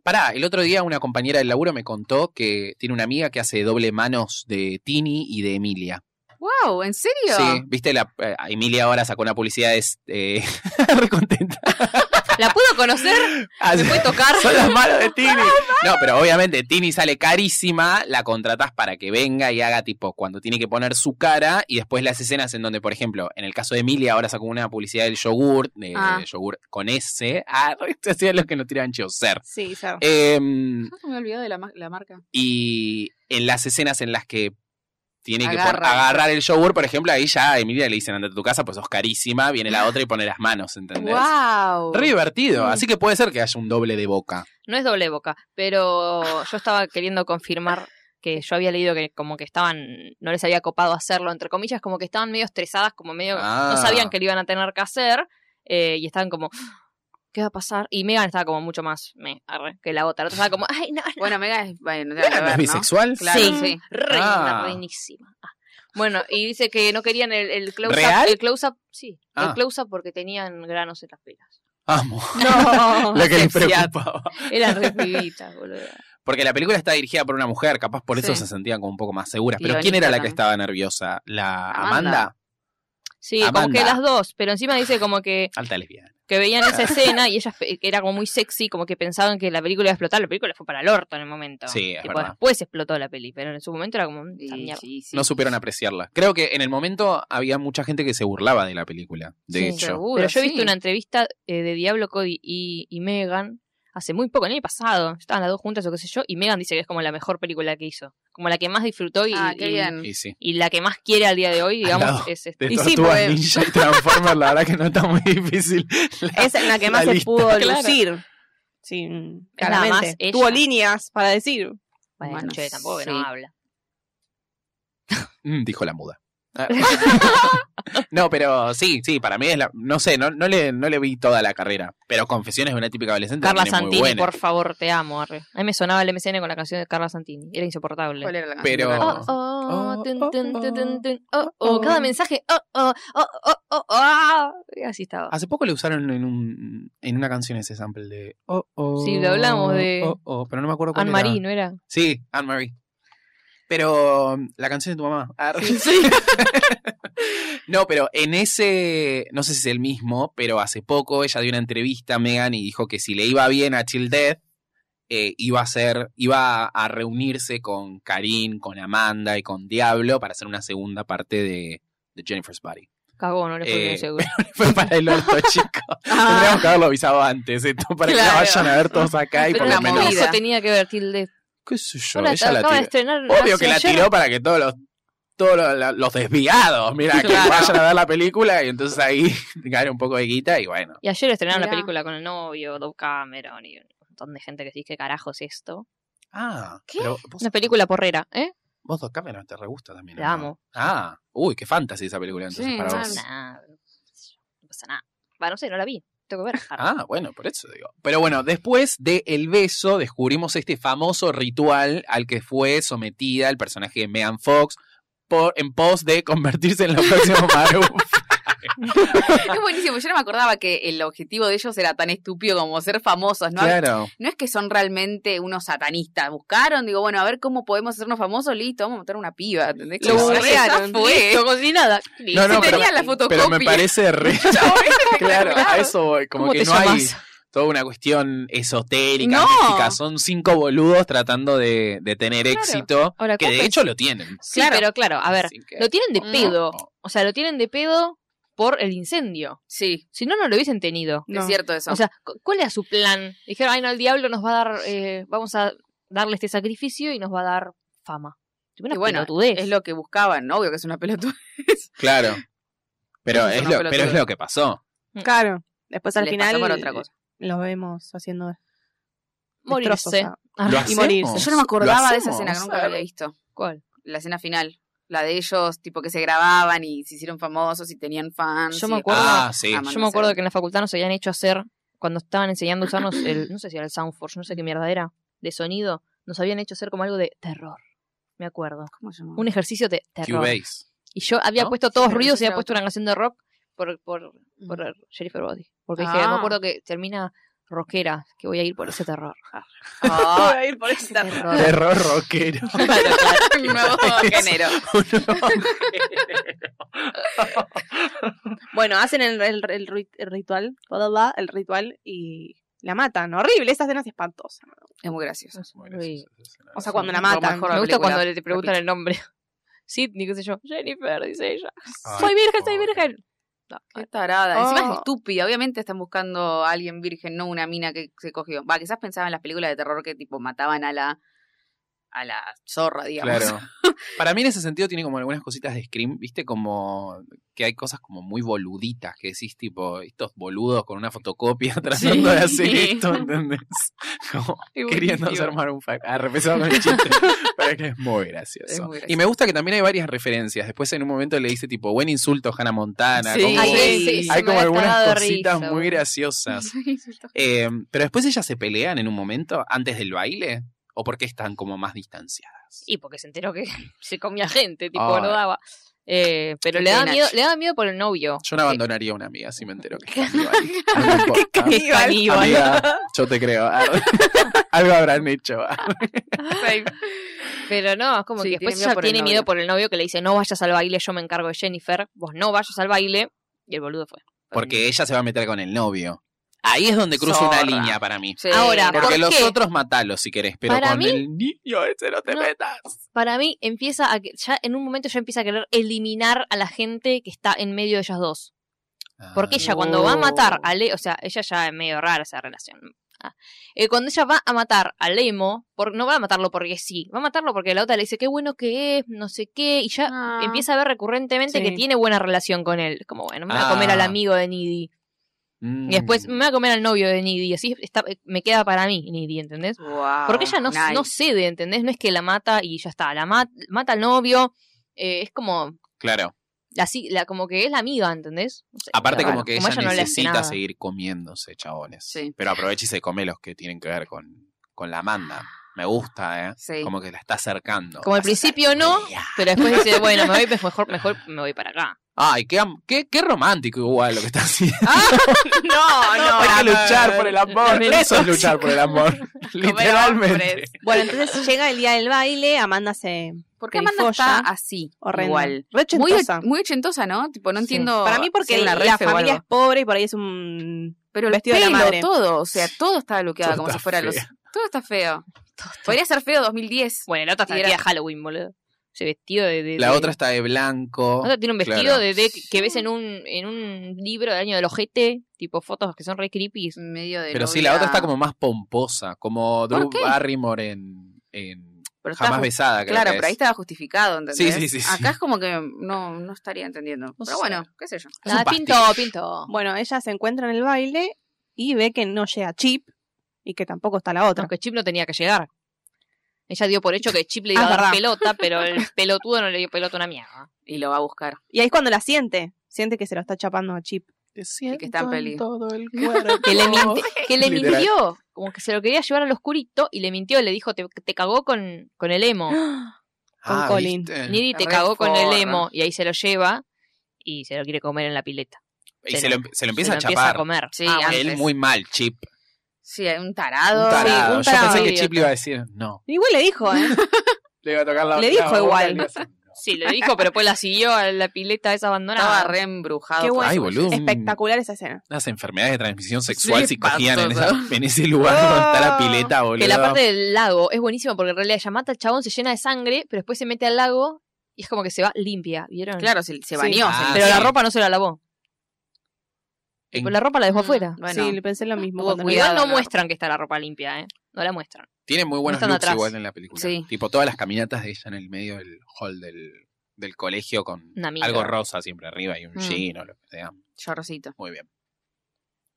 Speaker 1: Pará, el otro día una compañera del laburo me contó que tiene una amiga que hace doble manos de Tini y de Emilia.
Speaker 5: Wow, ¿en serio?
Speaker 1: Sí, viste, la, eh, Emilia ahora sacó una publicidad es, eh, [LAUGHS] re contenta. Ah,
Speaker 4: ¿La puedo conocer?
Speaker 1: [LAUGHS] Hace-
Speaker 4: ¿Me puede tocar?
Speaker 1: Son las manos de Tini. No, pero obviamente Tini sale carísima, la contratás para que venga y haga tipo cuando tiene que poner su cara y después las escenas en donde, por ejemplo, en el caso de Emilia ahora sacó una publicidad del yogurt, de,
Speaker 5: Ah.
Speaker 1: de yogurt con S. Ah, [LAUGHS] esto hacían los que no tiraban chioser.
Speaker 3: Sí, Sar.
Speaker 1: Em,
Speaker 5: Ah, me he olvidado de la, ma- la marca.
Speaker 1: y en las escenas en las que tiene que pon-
Speaker 5: Agarra.
Speaker 1: agarrar el yogur, por ejemplo, ahí ya a Emilia le dicen andate a tu casa, pues sos carísima, viene la otra y pone las manos, ¿entendés?
Speaker 5: Wow.
Speaker 1: Re divertido,
Speaker 4: Mm.
Speaker 1: así que puede ser que haya un doble de boca.
Speaker 4: No es doble boca, pero yo estaba queriendo confirmar que yo había leído que como que estaban, no les había copado hacerlo, entre comillas, como que estaban medio estresadas, como medio,
Speaker 1: Ah.
Speaker 4: no sabían que lo iban a tener que hacer, eh, y estaban como, ¿qué va a pasar? Y Megan estaba como mucho más me, arre, que la otra, la otra estaba como, ay, no, no,
Speaker 5: Bueno, Mega es... Bueno, no
Speaker 1: Mira,
Speaker 5: tiene nada
Speaker 1: ¿no es
Speaker 5: que ver, ¿no?
Speaker 1: bisexual?
Speaker 5: Claro,
Speaker 4: Sí.
Speaker 5: sí.
Speaker 4: reina,
Speaker 1: Ah.
Speaker 4: reinísima. Ah. Bueno, y dice que no querían el, el close-up.
Speaker 1: ¿Real?
Speaker 4: El close-up, sí.
Speaker 1: Ah.
Speaker 4: El close-up porque tenían granos en las pelas.
Speaker 1: Amo.
Speaker 3: No.
Speaker 1: Lo que les
Speaker 5: Asepsia.
Speaker 1: preocupaba.
Speaker 4: Eran re pibitas, boludo.
Speaker 1: Porque la película está dirigida por una mujer, capaz por eso
Speaker 5: Sí.
Speaker 1: se sentían como un poco más seguras.
Speaker 5: Y
Speaker 1: Pero ¿quién era
Speaker 5: Bonita
Speaker 1: la que
Speaker 5: también.
Speaker 1: estaba nerviosa? ¿La
Speaker 5: Amanda.
Speaker 1: Amanda?
Speaker 4: Sí, como
Speaker 1: Amanda.
Speaker 4: que las dos, pero encima dice como que,
Speaker 1: Alta lesbiana.
Speaker 4: que veían esa escena y ella fe- que era como muy sexy, como que pensaban que la película iba a explotar, la película fue para el orto en el momento.
Speaker 1: Sí, es
Speaker 4: Tipo,
Speaker 1: verdad.
Speaker 4: después explotó la peli, pero en su momento era como "Mm, esta
Speaker 5: Sí,
Speaker 4: mierda".
Speaker 5: sí, sí.
Speaker 1: No supieron apreciarla. Creo que en el momento había mucha gente que se burlaba de la película, de
Speaker 4: Sí,
Speaker 1: hecho.
Speaker 5: seguro,
Speaker 4: Pero yo he visto
Speaker 5: sí.
Speaker 4: una entrevista eh, de Diablo Cody y, y Megan hace muy poco, el año pasado. Estaban las dos juntas o qué sé yo, y Megan dice que es como la mejor película que hizo. Como la que más disfrutó y,
Speaker 5: Ah, qué
Speaker 4: y-
Speaker 5: bien.
Speaker 1: Y sí.
Speaker 4: y la que más quiere al día de hoy, digamos,
Speaker 1: lado
Speaker 4: es esta.
Speaker 1: De
Speaker 5: Y sí,
Speaker 1: Tortugas
Speaker 5: pues.
Speaker 1: Ninja y Transformers, la verdad que no está muy difícil. La-
Speaker 3: Es en la que más
Speaker 1: la
Speaker 3: se
Speaker 1: lista.
Speaker 3: pudo
Speaker 4: [LAUGHS]
Speaker 1: Claro.
Speaker 3: lucir. Sí,
Speaker 4: nada más
Speaker 3: claramente.
Speaker 4: ella.
Speaker 3: Tuvo líneas para decir.
Speaker 4: Bueno,
Speaker 5: Bueno,
Speaker 4: che, tampoco que no
Speaker 5: sí.
Speaker 4: habla.
Speaker 1: Mm, dijo la muda. Ah. [LAUGHS] no, pero sí, sí, para mí es la. No sé, no, no, le, no le vi toda la carrera. Pero Confesiones de una típica adolescente.
Speaker 4: Carla
Speaker 1: también es muy
Speaker 4: Santini,
Speaker 1: buena.
Speaker 4: por favor, te amo. arre. A mí me sonaba el MCN con la canción de Carla Santini. Era insoportable.
Speaker 5: ¿Cuál era la canción?
Speaker 1: Pero-
Speaker 5: No me
Speaker 4: Oh,
Speaker 5: acuerdo.
Speaker 4: oh,
Speaker 1: Oh,
Speaker 4: tun,
Speaker 1: oh,
Speaker 4: tun, tun, tun,
Speaker 1: oh,
Speaker 4: tun, oh,
Speaker 1: oh,
Speaker 4: oh. Cada
Speaker 1: oh.
Speaker 4: mensaje, oh, oh, oh, oh, oh, oh. Y Así estaba.
Speaker 1: Hace poco le usaron en, un, en una canción ese sample de. Oh, oh,
Speaker 4: Sí, lo hablamos de-
Speaker 1: Oh, oh, pero no me acuerdo cuál
Speaker 4: Anne
Speaker 1: era.
Speaker 4: Marie, ¿no era?
Speaker 1: Sí, Anne Marie. Pero um, la canción de tu mamá. Ah, [LAUGHS] no, pero en ese, no sé si es el mismo, pero hace poco ella dio una entrevista a Megan y dijo que si le iba bien a Chill Death, eh, iba a ser, iba a reunirse con Karin, con Amanda y con Diablo para hacer una segunda parte de, de Jennifer's Body.
Speaker 4: Cagó, no le fue
Speaker 1: Eh, [LAUGHS]
Speaker 4: bien, seguro.
Speaker 1: Fue para el
Speaker 5: [LAUGHS]
Speaker 1: orto, chicos. Tendríamos que haberlo avisado antes, esto, para que la
Speaker 5: Ah. Claro.
Speaker 1: vayan a ver todos acá y
Speaker 4: Pero
Speaker 1: por lo
Speaker 5: una
Speaker 1: menos.
Speaker 5: movida.
Speaker 4: eso [LAUGHS] tenía que ver Tilde.
Speaker 1: ¿Qué sé yo?
Speaker 4: Hola,
Speaker 1: ella la
Speaker 4: acaba de
Speaker 1: tiró.
Speaker 4: estrenar.
Speaker 1: Obvio
Speaker 4: hace
Speaker 1: que la
Speaker 4: ayer.
Speaker 1: tiró para que todos los todos los, la- los desviados, mira, que
Speaker 5: Claro.
Speaker 1: vayan a ver la película y entonces ahí [LAUGHS] gane un poco de guita y bueno.
Speaker 4: Y ayer estrenaron la
Speaker 5: Mirá.
Speaker 4: película con el novio, Dove Cameron y un montón de gente que dice, ¿qué carajo es esto?
Speaker 1: Ah,
Speaker 5: ¿Qué?
Speaker 1: pero vos,
Speaker 4: Una película porrera, ¿eh?
Speaker 1: vos dos Cameron te re gusta también. ¿o
Speaker 4: La
Speaker 1: no?
Speaker 4: amo.
Speaker 1: Ah, uy, qué fantasy esa película entonces
Speaker 5: Sí,
Speaker 1: para
Speaker 5: claro.
Speaker 1: vos.
Speaker 4: Nah, no pasa nada. Va, no sé, no la vi.
Speaker 1: [LAUGHS]
Speaker 4: Tengo que ver.
Speaker 1: Ah, bueno, por eso digo. Pero bueno, después de El beso descubrimos este famoso ritual al que fue sometida el personaje de Megan Fox por, en pos de convertirse en la próxima
Speaker 5: [LAUGHS]
Speaker 1: Maru.
Speaker 5: Es buenísimo. Yo no me acordaba que el objetivo de ellos era tan estúpido como ser famosos, ¿no?
Speaker 1: claro.
Speaker 5: No es que son realmente unos satanistas. Buscaron, digo, bueno, a ver cómo podemos hacernos famosos. Listo, vamos a matar a una piba. ¿entendés?
Speaker 1: Lo
Speaker 5: Como,
Speaker 4: borrearon,
Speaker 5: ya fue.
Speaker 4: listo, como si nada.
Speaker 1: No, no,
Speaker 5: Si
Speaker 1: pero-
Speaker 5: tenía la fotocopia.
Speaker 1: Pero me
Speaker 5: [LAUGHS]
Speaker 1: parece re. claro, a eso voy. Como
Speaker 4: ¿Cómo
Speaker 1: que
Speaker 4: te
Speaker 1: no hay
Speaker 4: llamas?
Speaker 1: toda una cuestión esotérica,
Speaker 5: No.
Speaker 1: mística. Son cinco boludos tratando de, de tener
Speaker 5: Claro.
Speaker 1: éxito,
Speaker 4: Ahora,
Speaker 1: que
Speaker 4: ¿cómo
Speaker 1: de
Speaker 4: es?
Speaker 1: hecho lo tienen.
Speaker 4: Sí,
Speaker 5: Claro.
Speaker 4: pero claro, a ver,
Speaker 1: Así que-
Speaker 4: lo tienen de
Speaker 5: No.
Speaker 4: pedo. O sea, lo tienen de pedo por el incendio.
Speaker 5: Sí,
Speaker 4: Si no, no lo hubiesen tenido.
Speaker 5: es cierto eso.
Speaker 4: O sea, cu- ¿cuál era su plan? Dijeron, ay, no, el diablo nos va a dar, eh, vamos a darle este sacrificio y nos va a dar fama. Una
Speaker 5: Y bueno,
Speaker 4: pelotudez.
Speaker 5: es lo que buscaban, ¿no? obvio que es una pelotuda.
Speaker 1: Claro. Pero
Speaker 5: Eso es
Speaker 1: es,
Speaker 5: una
Speaker 1: lo,
Speaker 5: pelotuda.
Speaker 1: pero es lo que pasó.
Speaker 3: Claro. Después al
Speaker 5: Les pasó
Speaker 3: final
Speaker 5: por otra cosa.
Speaker 3: los vemos haciendo destrozos,
Speaker 4: morirse.
Speaker 3: ah.
Speaker 4: Ah,
Speaker 1: Lo
Speaker 4: y
Speaker 1: hacemos.
Speaker 3: morirse.
Speaker 5: Yo no me acordaba
Speaker 1: ¿Lo
Speaker 5: de esa
Speaker 1: hacemos?
Speaker 5: escena, que nunca la había visto.
Speaker 4: ¿Cuál?
Speaker 5: La escena final. La de ellos, tipo, que se grababan y se hicieron famosos y tenían fans.
Speaker 4: Yo me
Speaker 5: y-
Speaker 4: acuerdo-
Speaker 1: Ah, sí.
Speaker 5: Ah,
Speaker 4: Yo me acuerdo que en la facultad nos habían hecho hacer, cuando estaban enseñando a usarnos el, no sé si era el Soundforge, no sé qué mierda era, de sonido, nos habían hecho hacer como algo de terror. Me acuerdo.
Speaker 5: ¿Cómo se llamaba?
Speaker 4: Un ejercicio de terror.
Speaker 1: Cubase.
Speaker 4: Y yo había
Speaker 1: ¿No?
Speaker 4: puesto todos
Speaker 5: Sí,
Speaker 4: ruidos y
Speaker 5: era
Speaker 4: había puesto
Speaker 5: otro.
Speaker 4: una canción de rock por, por,
Speaker 5: Mm.
Speaker 4: por Sheriff Body. Porque dije,
Speaker 5: Ah.
Speaker 4: me acuerdo que termina rockera, que voy a ir por ese terror.
Speaker 5: Ah,
Speaker 3: Voy a ir por esta
Speaker 4: Terror.
Speaker 1: Terror
Speaker 5: [LAUGHS]
Speaker 1: rockero.
Speaker 5: un nuevo género.
Speaker 3: Bueno, hacen el, el- el rit- el ritual, bla, bla, bla, el ritual y la matan. Horrible, esa escena es espantosa.
Speaker 5: Es muy gracioso.
Speaker 4: Uy.
Speaker 3: O sea, cuando la
Speaker 5: Lo
Speaker 3: matan.
Speaker 5: mejor.
Speaker 4: Me gusta
Speaker 5: película,
Speaker 4: cuando le te preguntan
Speaker 5: repito.
Speaker 4: el nombre. [LAUGHS] Sidney, qué sé yo. Jennifer, dice ella.
Speaker 1: Ay,
Speaker 4: soy virgen, soy
Speaker 1: pobre.
Speaker 4: virgen. No,
Speaker 5: Qué tarada. Encima es
Speaker 3: Oh.
Speaker 5: estúpida. Obviamente están buscando a alguien virgen, no una mina que se cogió. Va, quizás pensaban en las películas de terror que tipo mataban a la a la zorra, digamos. [LAUGHS]
Speaker 1: Claro. Para mí en ese sentido tiene como algunas cositas de Scream, viste, como que hay cosas como muy boluditas, que decís tipo, estos boludos con una fotocopia [LAUGHS] tratando de hacer esto, ¿entendés? [LAUGHS] Como queriendo hacer Maroon 5. Ah, repesado con el
Speaker 5: [LAUGHS]
Speaker 1: chiste, pero es que es muy gracioso.
Speaker 5: Es muy gracioso.
Speaker 1: Y me gusta que también hay varias referencias. Después en un momento le dice tipo, buen insulto Hannah Montana.
Speaker 5: Sí.
Speaker 1: como-
Speaker 5: Ay,
Speaker 1: hay
Speaker 5: sí, sí,
Speaker 1: como algunas cositas muy [LAUGHS]
Speaker 4: grandes.
Speaker 1: graciosas. Eh, pero después ellas se pelean en un momento antes del baile, o porque están como más distanciadas.
Speaker 4: [LAUGHS] Y porque se enteró que se comía gente, tipo,
Speaker 1: Ay.
Speaker 4: no daba. Eh, pero
Speaker 5: Qué
Speaker 4: le da,
Speaker 5: pena,
Speaker 4: miedo,
Speaker 5: che.
Speaker 4: le da miedo por el novio.
Speaker 1: Yo no abandonaría a una amiga si me entero [LAUGHS] que es caníbal. No me importa.
Speaker 4: Que- que es caníbal.
Speaker 1: Amiga, yo te [LAUGHS] creo. Algo habrán hecho.
Speaker 4: Pero no, es como
Speaker 5: Sí,
Speaker 4: que después
Speaker 5: tiene
Speaker 4: ella
Speaker 5: miedo por el
Speaker 4: tiene miedo
Speaker 5: novio.
Speaker 4: por el novio que le dice, no vayas al baile, yo me encargo de Jennifer, vos no vayas al baile. Y el boludo fue.
Speaker 1: Porque ella se va a meter con el novio. Ah, Ahí es donde cruzo una
Speaker 5: Zorra.
Speaker 1: línea para mí.
Speaker 5: Sí,
Speaker 4: Ahora,
Speaker 5: no.
Speaker 1: Porque
Speaker 4: ¿Por
Speaker 1: los
Speaker 4: qué?
Speaker 1: otros matalos si querés, pero
Speaker 4: Para
Speaker 1: con
Speaker 4: mí-
Speaker 1: el niño ese no te
Speaker 4: No.
Speaker 1: metas.
Speaker 4: Para mí empieza a que, ya en un momento ya empieza a querer eliminar a la gente que está en medio de ellas dos.
Speaker 1: Ah,
Speaker 4: Porque ella cuando va a matar a Le, o sea, ella ya es medio rara esa relación. Ah. Eh, cuando ella va a matar a Lemo, por, no va a matarlo porque sí, va a matarlo porque la otra le dice qué bueno que es, no sé qué, y ya
Speaker 5: Ah.
Speaker 4: empieza a ver recurrentemente que
Speaker 3: Sí.
Speaker 4: tiene buena relación con él. Como bueno, me va a comer
Speaker 1: Ah.
Speaker 4: al amigo de Needy.
Speaker 1: Mm.
Speaker 4: Y después me va a comer al novio de Needy. Así está, eh, me queda para mí Needy, ¿entendés?
Speaker 2: Ah,
Speaker 5: Wow,
Speaker 4: Porque ella no,
Speaker 5: nice.
Speaker 4: no cede, ¿entendés? No es que la mata y ya está. La ma- mata al novio. eh, es como
Speaker 1: Claro.
Speaker 4: la, si- la- como que es la amiga, ¿entendés? No sé,
Speaker 1: Aparte,
Speaker 4: pero
Speaker 1: como
Speaker 4: bueno,
Speaker 1: que ella,
Speaker 4: no le hace
Speaker 1: necesita
Speaker 4: nada.
Speaker 1: seguir comiéndose, chabones.
Speaker 5: Sí.
Speaker 1: Pero aprovecha y se come los que tienen que ver con, con la manda. Me gusta, ¿eh?
Speaker 5: Sí.
Speaker 1: Como que la está acercando.
Speaker 4: Como al
Speaker 1: La
Speaker 4: principio no,
Speaker 1: acercaría.
Speaker 4: pero después dice, bueno, me voy, pues mejor, mejor me voy para acá.
Speaker 1: Ay, qué, am- qué, qué romántico igual lo que está haciendo.
Speaker 5: No, no.
Speaker 1: Hay que luchar por el amor.
Speaker 4: También
Speaker 1: Eso es luchar por el amor. Literalmente.
Speaker 5: hombres.
Speaker 3: Bueno, [LAUGHS] entonces llega el día del baile, Amanda se...
Speaker 5: ¿Por qué
Speaker 3: Que
Speaker 5: Amanda
Speaker 3: folla.
Speaker 5: está así?
Speaker 3: Horrenda.
Speaker 5: Igual.
Speaker 3: Re
Speaker 5: Muy,
Speaker 3: ochentosa.
Speaker 5: muy ochentosa, ¿no? Tipo, no
Speaker 4: Sí.
Speaker 5: entiendo.
Speaker 3: Para mí
Speaker 5: si
Speaker 3: porque
Speaker 5: era
Speaker 3: la,
Speaker 5: una refe o
Speaker 3: familia es
Speaker 5: algo.
Speaker 3: pobre y por ahí es un...
Speaker 5: Pero el
Speaker 3: vestido de la
Speaker 5: pelo,
Speaker 3: madre.
Speaker 5: todo. O sea, todo está bloqueado
Speaker 1: Todo
Speaker 5: como
Speaker 1: está
Speaker 5: si fuera los.
Speaker 1: feo.
Speaker 5: Todo está feo. Podría ser feo 2010.
Speaker 4: Bueno, la otra está
Speaker 5: Y
Speaker 4: vestida
Speaker 5: era-
Speaker 4: de Halloween, boludo. Se vestido de... de-
Speaker 1: La
Speaker 4: de-
Speaker 1: otra está de blanco.
Speaker 4: la otra tiene un vestido
Speaker 1: claro.
Speaker 4: de, de- que ves en un, en un libro del año del ojete, tipo fotos que son re creepy.
Speaker 5: Medio de
Speaker 1: Pero sí,
Speaker 5: novia.
Speaker 1: la otra está como más pomposa, como
Speaker 5: ¿Por
Speaker 1: Drew
Speaker 5: qué?
Speaker 1: Barrymore en, en
Speaker 5: Pero está
Speaker 1: Jamás
Speaker 5: ju-
Speaker 1: Besada. creo
Speaker 5: Claro,
Speaker 1: que
Speaker 5: pero ahí
Speaker 1: es.
Speaker 5: estaba justificado, ¿entendés?
Speaker 1: Sí, sí, sí, sí.
Speaker 5: Acá es como que no, no estaría entendiendo. Pero bueno, qué sé yo.
Speaker 1: Es
Speaker 4: Nada,
Speaker 1: un
Speaker 4: pinto,
Speaker 1: pastiche.
Speaker 4: pinto.
Speaker 3: Bueno, ella se encuentra en el baile y ve que no llega Chip y que tampoco está la otra.
Speaker 4: Aunque Chip no tenía que llegar. Ella dio por hecho que Chip le iba
Speaker 3: Ah,
Speaker 4: a dar
Speaker 3: verdad.
Speaker 4: pelota, pero [LAUGHS] el pelotudo no le dio pelota a una mierda.
Speaker 5: Y lo va a buscar.
Speaker 3: Y ahí es cuando la siente. Siente que se lo está chapando a Chip.
Speaker 5: Y que está en peli.
Speaker 4: Que le, minti- que le
Speaker 1: Literal.
Speaker 4: mintió, como que se lo quería llevar al oscurito y le mintió, le dijo, te, te cagó con, con el emo.
Speaker 3: Oh. con
Speaker 1: Ah,
Speaker 3: Colin.
Speaker 1: ¿viste?
Speaker 4: Niri te
Speaker 5: Re
Speaker 4: cagó con el
Speaker 5: forra.
Speaker 4: emo y ahí se lo lleva y se lo quiere comer en la pileta.
Speaker 1: Y se lo, se lo empieza
Speaker 4: Se
Speaker 1: a
Speaker 4: lo
Speaker 1: chapar.
Speaker 4: comer.
Speaker 5: Sí,
Speaker 4: Ah,
Speaker 5: a
Speaker 4: bueno.
Speaker 5: mí-
Speaker 1: Él
Speaker 5: antes.
Speaker 1: muy mal, Chip.
Speaker 5: Sí, hay un
Speaker 1: Un
Speaker 5: tarado.
Speaker 1: tarado.
Speaker 3: un
Speaker 1: Yo
Speaker 3: tarado
Speaker 1: pensé que
Speaker 4: idiota.
Speaker 1: Chip le iba a decir no.
Speaker 3: [GASPS] Igual le dijo, [LAUGHS] ¿eh?
Speaker 1: Le iba a tocar la
Speaker 3: Le dijo
Speaker 1: boca
Speaker 3: igual.
Speaker 1: y le iba a decir no.
Speaker 4: Sí, lo dijo, pero después la siguió a la pileta esa abandonada.
Speaker 5: Estaba re embrujado.
Speaker 3: Qué
Speaker 5: por
Speaker 1: [LAUGHS]
Speaker 3: bueno.
Speaker 1: Ay,
Speaker 5: su-
Speaker 1: boludo. un-
Speaker 3: Espectacular esa escena.
Speaker 1: Unas enfermedades de transmisión sexual
Speaker 5: Sí,
Speaker 1: si cogían en,
Speaker 5: pastoso.
Speaker 1: esa- en ese [LAUGHS] lugar donde está la pileta, boludo.
Speaker 4: que la parte del lago es buenísima porque en realidad ella mata al chabón, se llena de sangre, pero después se mete al lago y es como que se va limpia, ¿vieron?
Speaker 5: Claro, se, se bañó.
Speaker 1: Ah,
Speaker 4: Pero la
Speaker 1: sí.
Speaker 4: ropa no se la lavó.
Speaker 1: En-
Speaker 4: La ropa la dejó
Speaker 5: Mm,
Speaker 4: afuera.
Speaker 5: Bueno,
Speaker 3: Sí, le pensé lo mismo.
Speaker 5: Tuvo
Speaker 3: cuando lo-
Speaker 5: cuidado,
Speaker 4: Igual no
Speaker 5: la-
Speaker 4: muestran que está la ropa limpia, ¿eh? No la muestran.
Speaker 1: Tiene muy buenos
Speaker 4: están
Speaker 1: looks
Speaker 4: atrás.
Speaker 1: igual en la película.
Speaker 5: Sí.
Speaker 1: Tipo todas las caminatas de ella en el medio del hall del, del colegio con
Speaker 4: Una micro.
Speaker 1: algo rosa siempre arriba y un
Speaker 5: Mm.
Speaker 1: jean o lo que sea.
Speaker 5: chorrocito.
Speaker 1: Muy bien.
Speaker 4: Bueno,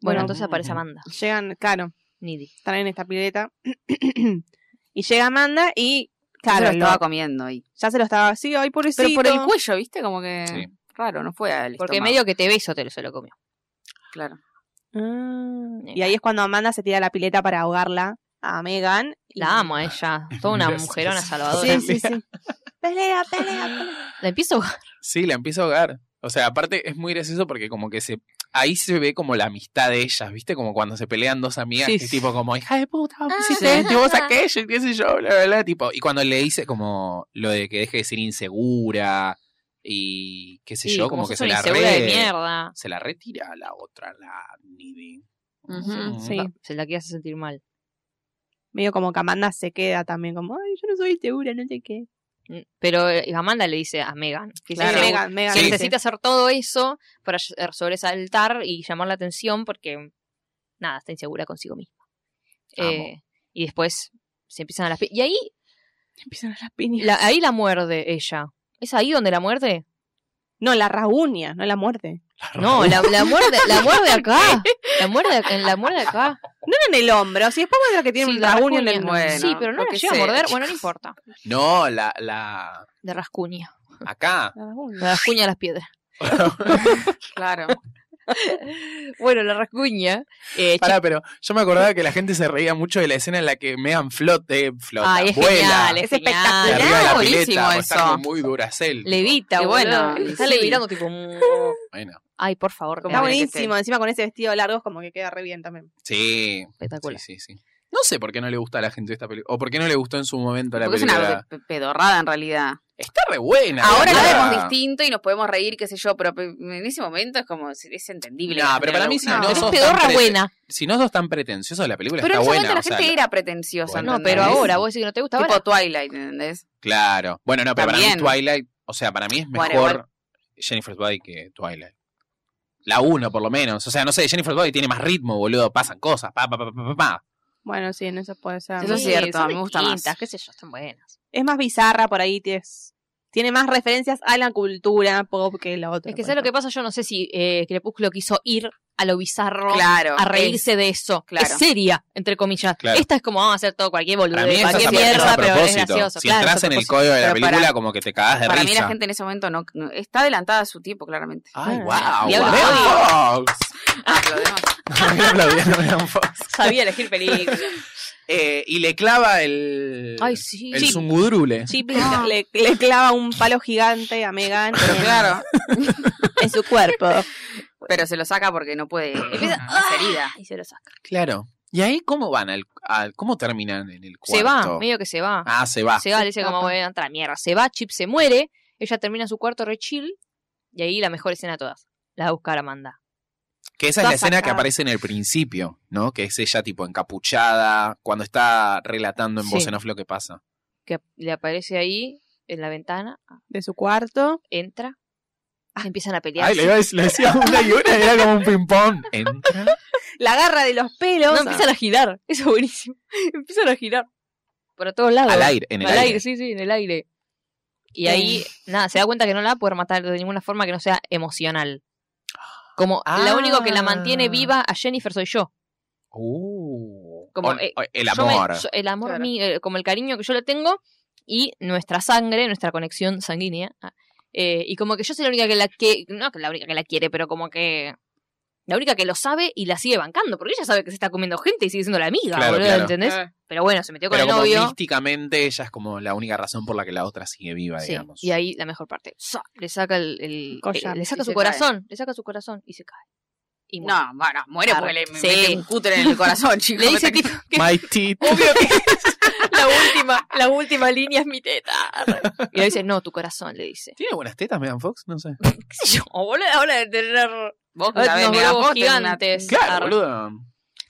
Speaker 3: Bueno,
Speaker 4: entonces aparece
Speaker 1: ujú.
Speaker 4: Amanda.
Speaker 3: Llegan, claro,
Speaker 4: Nidi.
Speaker 3: están en esta pileta. [CLEARS THROAT] y llega Amanda y,
Speaker 5: Claro,
Speaker 3: claro,
Speaker 5: lo estaba
Speaker 3: lo-
Speaker 5: comiendo ahí.
Speaker 3: ya se lo estaba así, ay, pobrecito.
Speaker 5: Pero por el cuello, ¿viste? Como que
Speaker 1: Sí.
Speaker 5: raro, no fue al
Speaker 4: Porque
Speaker 5: estómago,
Speaker 4: medio que te beso te lo se lo comió.
Speaker 5: Claro.
Speaker 3: Ah, y ahí es cuando Amanda se tira a la pileta para ahogarla a Megan. y-
Speaker 4: La amo a
Speaker 1: [LAUGHS]
Speaker 4: ella. Toda una
Speaker 1: Gracias.
Speaker 4: mujerona salvadora.
Speaker 3: Sí, sí, sí. pelea, pelea, pelea.
Speaker 4: La empiezo a ahogar.
Speaker 1: Sí, la empieza a ahogar. O sea, aparte es muy gracioso porque como que se ahí se ve como la amistad de ellas, ¿viste? Como cuando se pelean dos amigas,
Speaker 4: Sí,
Speaker 1: que
Speaker 4: sí.
Speaker 1: tipo como, hija de puta, vos
Speaker 4: Ah,
Speaker 1: hiciste
Speaker 4: sí.
Speaker 1: esto y vos aquello, y qué sé yo, bla, bla, bla, tipo. Y cuando le dice como lo de que deje de ser insegura y qué sé
Speaker 4: Sí,
Speaker 1: yo, como, que
Speaker 4: sos
Speaker 1: se
Speaker 4: una
Speaker 1: la,
Speaker 4: insegura de
Speaker 1: re,
Speaker 4: mierda.
Speaker 1: se la retira a la otra, la Nidi.
Speaker 5: Ujú.
Speaker 3: Sí.
Speaker 4: No, se la que hace sentir mal.
Speaker 3: Medio como que Amanda se queda también, como, ay, yo no soy segura, no sé qué.
Speaker 4: Mm, Pero eh, Amanda le dice a Megan que
Speaker 5: Claro.
Speaker 4: se-
Speaker 3: Megan, Megan.
Speaker 4: que
Speaker 1: Sí.
Speaker 4: necesita hacer todo eso para ll- sobresaltar y llamar la atención porque nada, está insegura consigo misma.
Speaker 1: Amo.
Speaker 4: Eh, y después se empiezan a las pi- Y ahí
Speaker 3: Empiezan las piñas.
Speaker 4: la, ahí la muerde ella. ¿Es ahí donde la muerde?
Speaker 3: No, la rasguña, no la muerte.
Speaker 4: No, la, la muerde, la muerde acá. La muerde, ac- en la muerde acá.
Speaker 3: No era en el hombro, si después muestra que tiene
Speaker 4: Sí,
Speaker 3: un
Speaker 4: la
Speaker 3: rasguño en el
Speaker 4: rascuña.
Speaker 5: muelle.
Speaker 4: Sí,
Speaker 5: Bueno,
Speaker 4: pero no
Speaker 5: lo
Speaker 4: la
Speaker 5: que
Speaker 4: llega a
Speaker 5: sea,
Speaker 4: morder.
Speaker 5: chicos.
Speaker 4: Bueno, no importa.
Speaker 1: [LAUGHS] No, la, la
Speaker 4: De rascuña.
Speaker 1: acá.
Speaker 4: [LAUGHS]
Speaker 3: La rasguña.
Speaker 4: De rascuña a las piedras.
Speaker 5: [LAUGHS] Claro.
Speaker 4: bueno, la rasguña. eh,
Speaker 1: Pará, pero yo me acordaba que la gente se reía mucho de la escena en la que Megan flota, eh, flota,
Speaker 4: Ay, es
Speaker 1: vuela.
Speaker 4: genial, es
Speaker 5: Es espectacular.
Speaker 1: de
Speaker 4: espectacular.
Speaker 1: arriba de la
Speaker 5: buenísimo
Speaker 1: pileta, porque está
Speaker 5: eso.
Speaker 1: como muy duracel.
Speaker 4: Levita,
Speaker 5: Qué
Speaker 4: bueno.
Speaker 5: bueno,
Speaker 4: Está
Speaker 5: sí.
Speaker 4: levitando tipo. mm.
Speaker 1: Bueno,
Speaker 4: Ay, por favor,
Speaker 5: Como
Speaker 4: te
Speaker 3: Está
Speaker 5: Claro,
Speaker 4: amo.
Speaker 5: que
Speaker 3: buenísimo. Encima con ese vestido largo es como que queda re bien también.
Speaker 1: sí, sí,
Speaker 4: espectacular.
Speaker 1: sí, sí. No sé por qué no le gusta a la gente esta película. O por qué no le gustó en su momento la
Speaker 5: Porque es
Speaker 1: película.
Speaker 5: una pe- pedorrada en realidad.
Speaker 1: Está re buena.
Speaker 5: Ahora la
Speaker 1: verdad.
Speaker 5: vemos distinto y nos podemos reír, qué sé yo, pero pe- en ese momento es como, es entendible.
Speaker 1: No,
Speaker 5: que
Speaker 1: pero
Speaker 5: no
Speaker 1: para
Speaker 5: le
Speaker 1: mí
Speaker 5: guste.
Speaker 1: si no,
Speaker 4: Pero es
Speaker 1: sos tan
Speaker 4: pedorra
Speaker 1: prete-
Speaker 4: buena.
Speaker 1: Si no sos tan pretencioso, la película
Speaker 5: Pero en
Speaker 1: está
Speaker 5: ese
Speaker 1: buena.
Speaker 5: momento la
Speaker 1: o sea,
Speaker 5: gente era pretenciosa,
Speaker 1: Bueno,
Speaker 4: No, pero
Speaker 5: ¿entendés?
Speaker 4: ahora, vos decís que no te gusta
Speaker 5: Tipo
Speaker 4: ahora.
Speaker 5: Twilight, ¿entendés?
Speaker 1: Claro. Bueno, no, pero
Speaker 5: También.
Speaker 1: para mí Twilight, o sea, para mí es
Speaker 5: Bueno,
Speaker 1: mejor
Speaker 5: igual.
Speaker 1: Jennifer's Body que Twilight. La uno, por lo menos. O sea, no sé, Jennifer's Body tiene más ritmo, boludo. Pasan cosas. Pa, pa, pa, pa, pa, pa.
Speaker 3: Bueno, sí, en eso puede ser.
Speaker 5: Eso es cierto,
Speaker 4: son
Speaker 5: me gusta más.
Speaker 4: distintas, qué sé yo, están buenas.
Speaker 3: Es más bizarra por ahí. ties- Tiene más referencias a la cultura pop que la otra.
Speaker 4: Es que
Speaker 3: por
Speaker 4: ¿sabes lo que
Speaker 3: ejemplo.
Speaker 4: pasa? Yo no sé si eh, Crepúsculo quiso ir a lo
Speaker 5: [LAUGHS]
Speaker 4: bizarro.
Speaker 5: Claro.
Speaker 4: A reírse de eso.
Speaker 5: claro.
Speaker 4: Es seria, entre comillas.
Speaker 1: Claro.
Speaker 4: Esta es como vamos a hacer todo cualquier boludo,
Speaker 1: Para mí eso es a,
Speaker 4: cualquier
Speaker 1: eso
Speaker 5: esa-
Speaker 1: es a
Speaker 4: mierda, pero es
Speaker 1: propósito.
Speaker 4: gracioso.
Speaker 1: si
Speaker 4: claro,
Speaker 1: entras
Speaker 4: eso es
Speaker 1: en
Speaker 4: a
Speaker 1: el
Speaker 4: propósito.
Speaker 1: código de la
Speaker 5: Pero para-
Speaker 1: película, como que te cagás de
Speaker 5: Para
Speaker 1: risa.
Speaker 5: mí la gente en ese momento no, no- está adelantada a su tiempo, [LAUGHS] claramente.
Speaker 1: Ay,
Speaker 4: Ah,
Speaker 1: wow.
Speaker 4: Diablo,
Speaker 1: Megan
Speaker 4: odio.
Speaker 1: [LAUGHS] Fox.
Speaker 5: Aplaudemos.
Speaker 1: No, me aplaudían a Megan Fox. [LAUGHS]
Speaker 4: Sabía elegir películas.
Speaker 1: Eh, y le clava el.
Speaker 4: Ay, sí.
Speaker 1: El zungudrule.
Speaker 3: Chip le- le, le clava un palo gigante a Megan
Speaker 5: Pero
Speaker 3: en-
Speaker 5: claro,
Speaker 3: en su cuerpo.
Speaker 5: pero se lo saca porque
Speaker 1: [CLEARS THROAT]
Speaker 5: no puede. Empieza es herida.
Speaker 4: Y se lo saca.
Speaker 1: Claro. ¿Y ahí cómo van? Al, al- ¿Cómo terminan en el cuarto?
Speaker 4: Se va, medio que se va.
Speaker 1: Ah, se va.
Speaker 4: Se va, le
Speaker 5: Se
Speaker 4: dice como
Speaker 5: escapa.
Speaker 4: voy a entrar a la mierda. Se va, Chip se muere. Ella termina su cuarto re chill. Y ahí la mejor escena de todas. La va a buscar Amanda.
Speaker 1: Que esa es la
Speaker 3: Toda
Speaker 1: escena que
Speaker 3: sacada.
Speaker 1: aparece en el principio, ¿no? Que es ella tipo encapuchada, cuando está relatando en voz
Speaker 4: Sí.
Speaker 1: en off lo que pasa.
Speaker 4: Que le aparece ahí en la ventana.
Speaker 3: De su cuarto.
Speaker 4: Entra. se empiezan a pelear.
Speaker 1: Ay, le, iba a decir- le decía una y una, era como un ping-pong. Entra.
Speaker 3: La agarra de los pelos.
Speaker 4: No, empiezan a girar. [LAUGHS] Eso es buenísimo. empiezan a girar. Por todos lados.
Speaker 1: Al aire, en el
Speaker 4: Al
Speaker 1: aire.
Speaker 4: aire, sí, sí, en el aire. Y ahí, nada, se da cuenta que no la va a poder matar de ninguna forma que no sea emocional. Como la
Speaker 1: Ah.
Speaker 4: único que la mantiene viva a Jennifer soy yo.
Speaker 1: Uh.
Speaker 4: Como,
Speaker 1: O-
Speaker 4: eh,
Speaker 1: o- el
Speaker 4: Yo me-
Speaker 1: amor.
Speaker 4: yo- el amor
Speaker 5: Claro.
Speaker 4: mío, eh, como el cariño que yo le tengo y nuestra sangre, nuestra conexión sanguínea. ah, eh, y como que yo soy la única que la que. No, que la única que la quiere, pero como que. La única que lo sabe y la sigue bancando, porque ella sabe que se está comiendo gente y sigue siendo la amiga,
Speaker 1: Claro,
Speaker 4: boludo,
Speaker 1: claro.
Speaker 4: ¿entendés?
Speaker 5: Eh.
Speaker 4: Pero bueno, se metió con
Speaker 1: Pero
Speaker 4: el
Speaker 1: como
Speaker 4: novio.
Speaker 1: místicamente ella es como la única razón por la que la otra sigue viva,
Speaker 4: Sí,
Speaker 1: digamos.
Speaker 4: y ahí la mejor parte. Sa, Le saca el. el-
Speaker 3: Collar.
Speaker 4: eh, le saca
Speaker 5: Y
Speaker 4: su
Speaker 5: se
Speaker 4: corazón, le saca su corazón y se cae. Y muere.
Speaker 5: No, bueno, muere porque le
Speaker 4: Sí.
Speaker 5: mete un cúter en el corazón, chicos.
Speaker 4: Le dice
Speaker 2: [LAUGHS]
Speaker 4: tipo, que
Speaker 1: [LAUGHS] My teeth.
Speaker 4: la última, [LAUGHS] la última línea es mi teta. [LAUGHS] Y le dice, no, tu corazón, le dice.
Speaker 1: ¿Tiene buenas tetas Megan Fox? No sé.
Speaker 4: ¿Qué sé yo? boludo, ahora de tener
Speaker 3: [LAUGHS]
Speaker 5: Vos que
Speaker 4: Ay,
Speaker 5: sabés,
Speaker 4: unos
Speaker 5: mega
Speaker 4: globos
Speaker 5: vos tenés una-
Speaker 4: gigantes.
Speaker 1: Claro,
Speaker 4: Ar-
Speaker 1: boludo.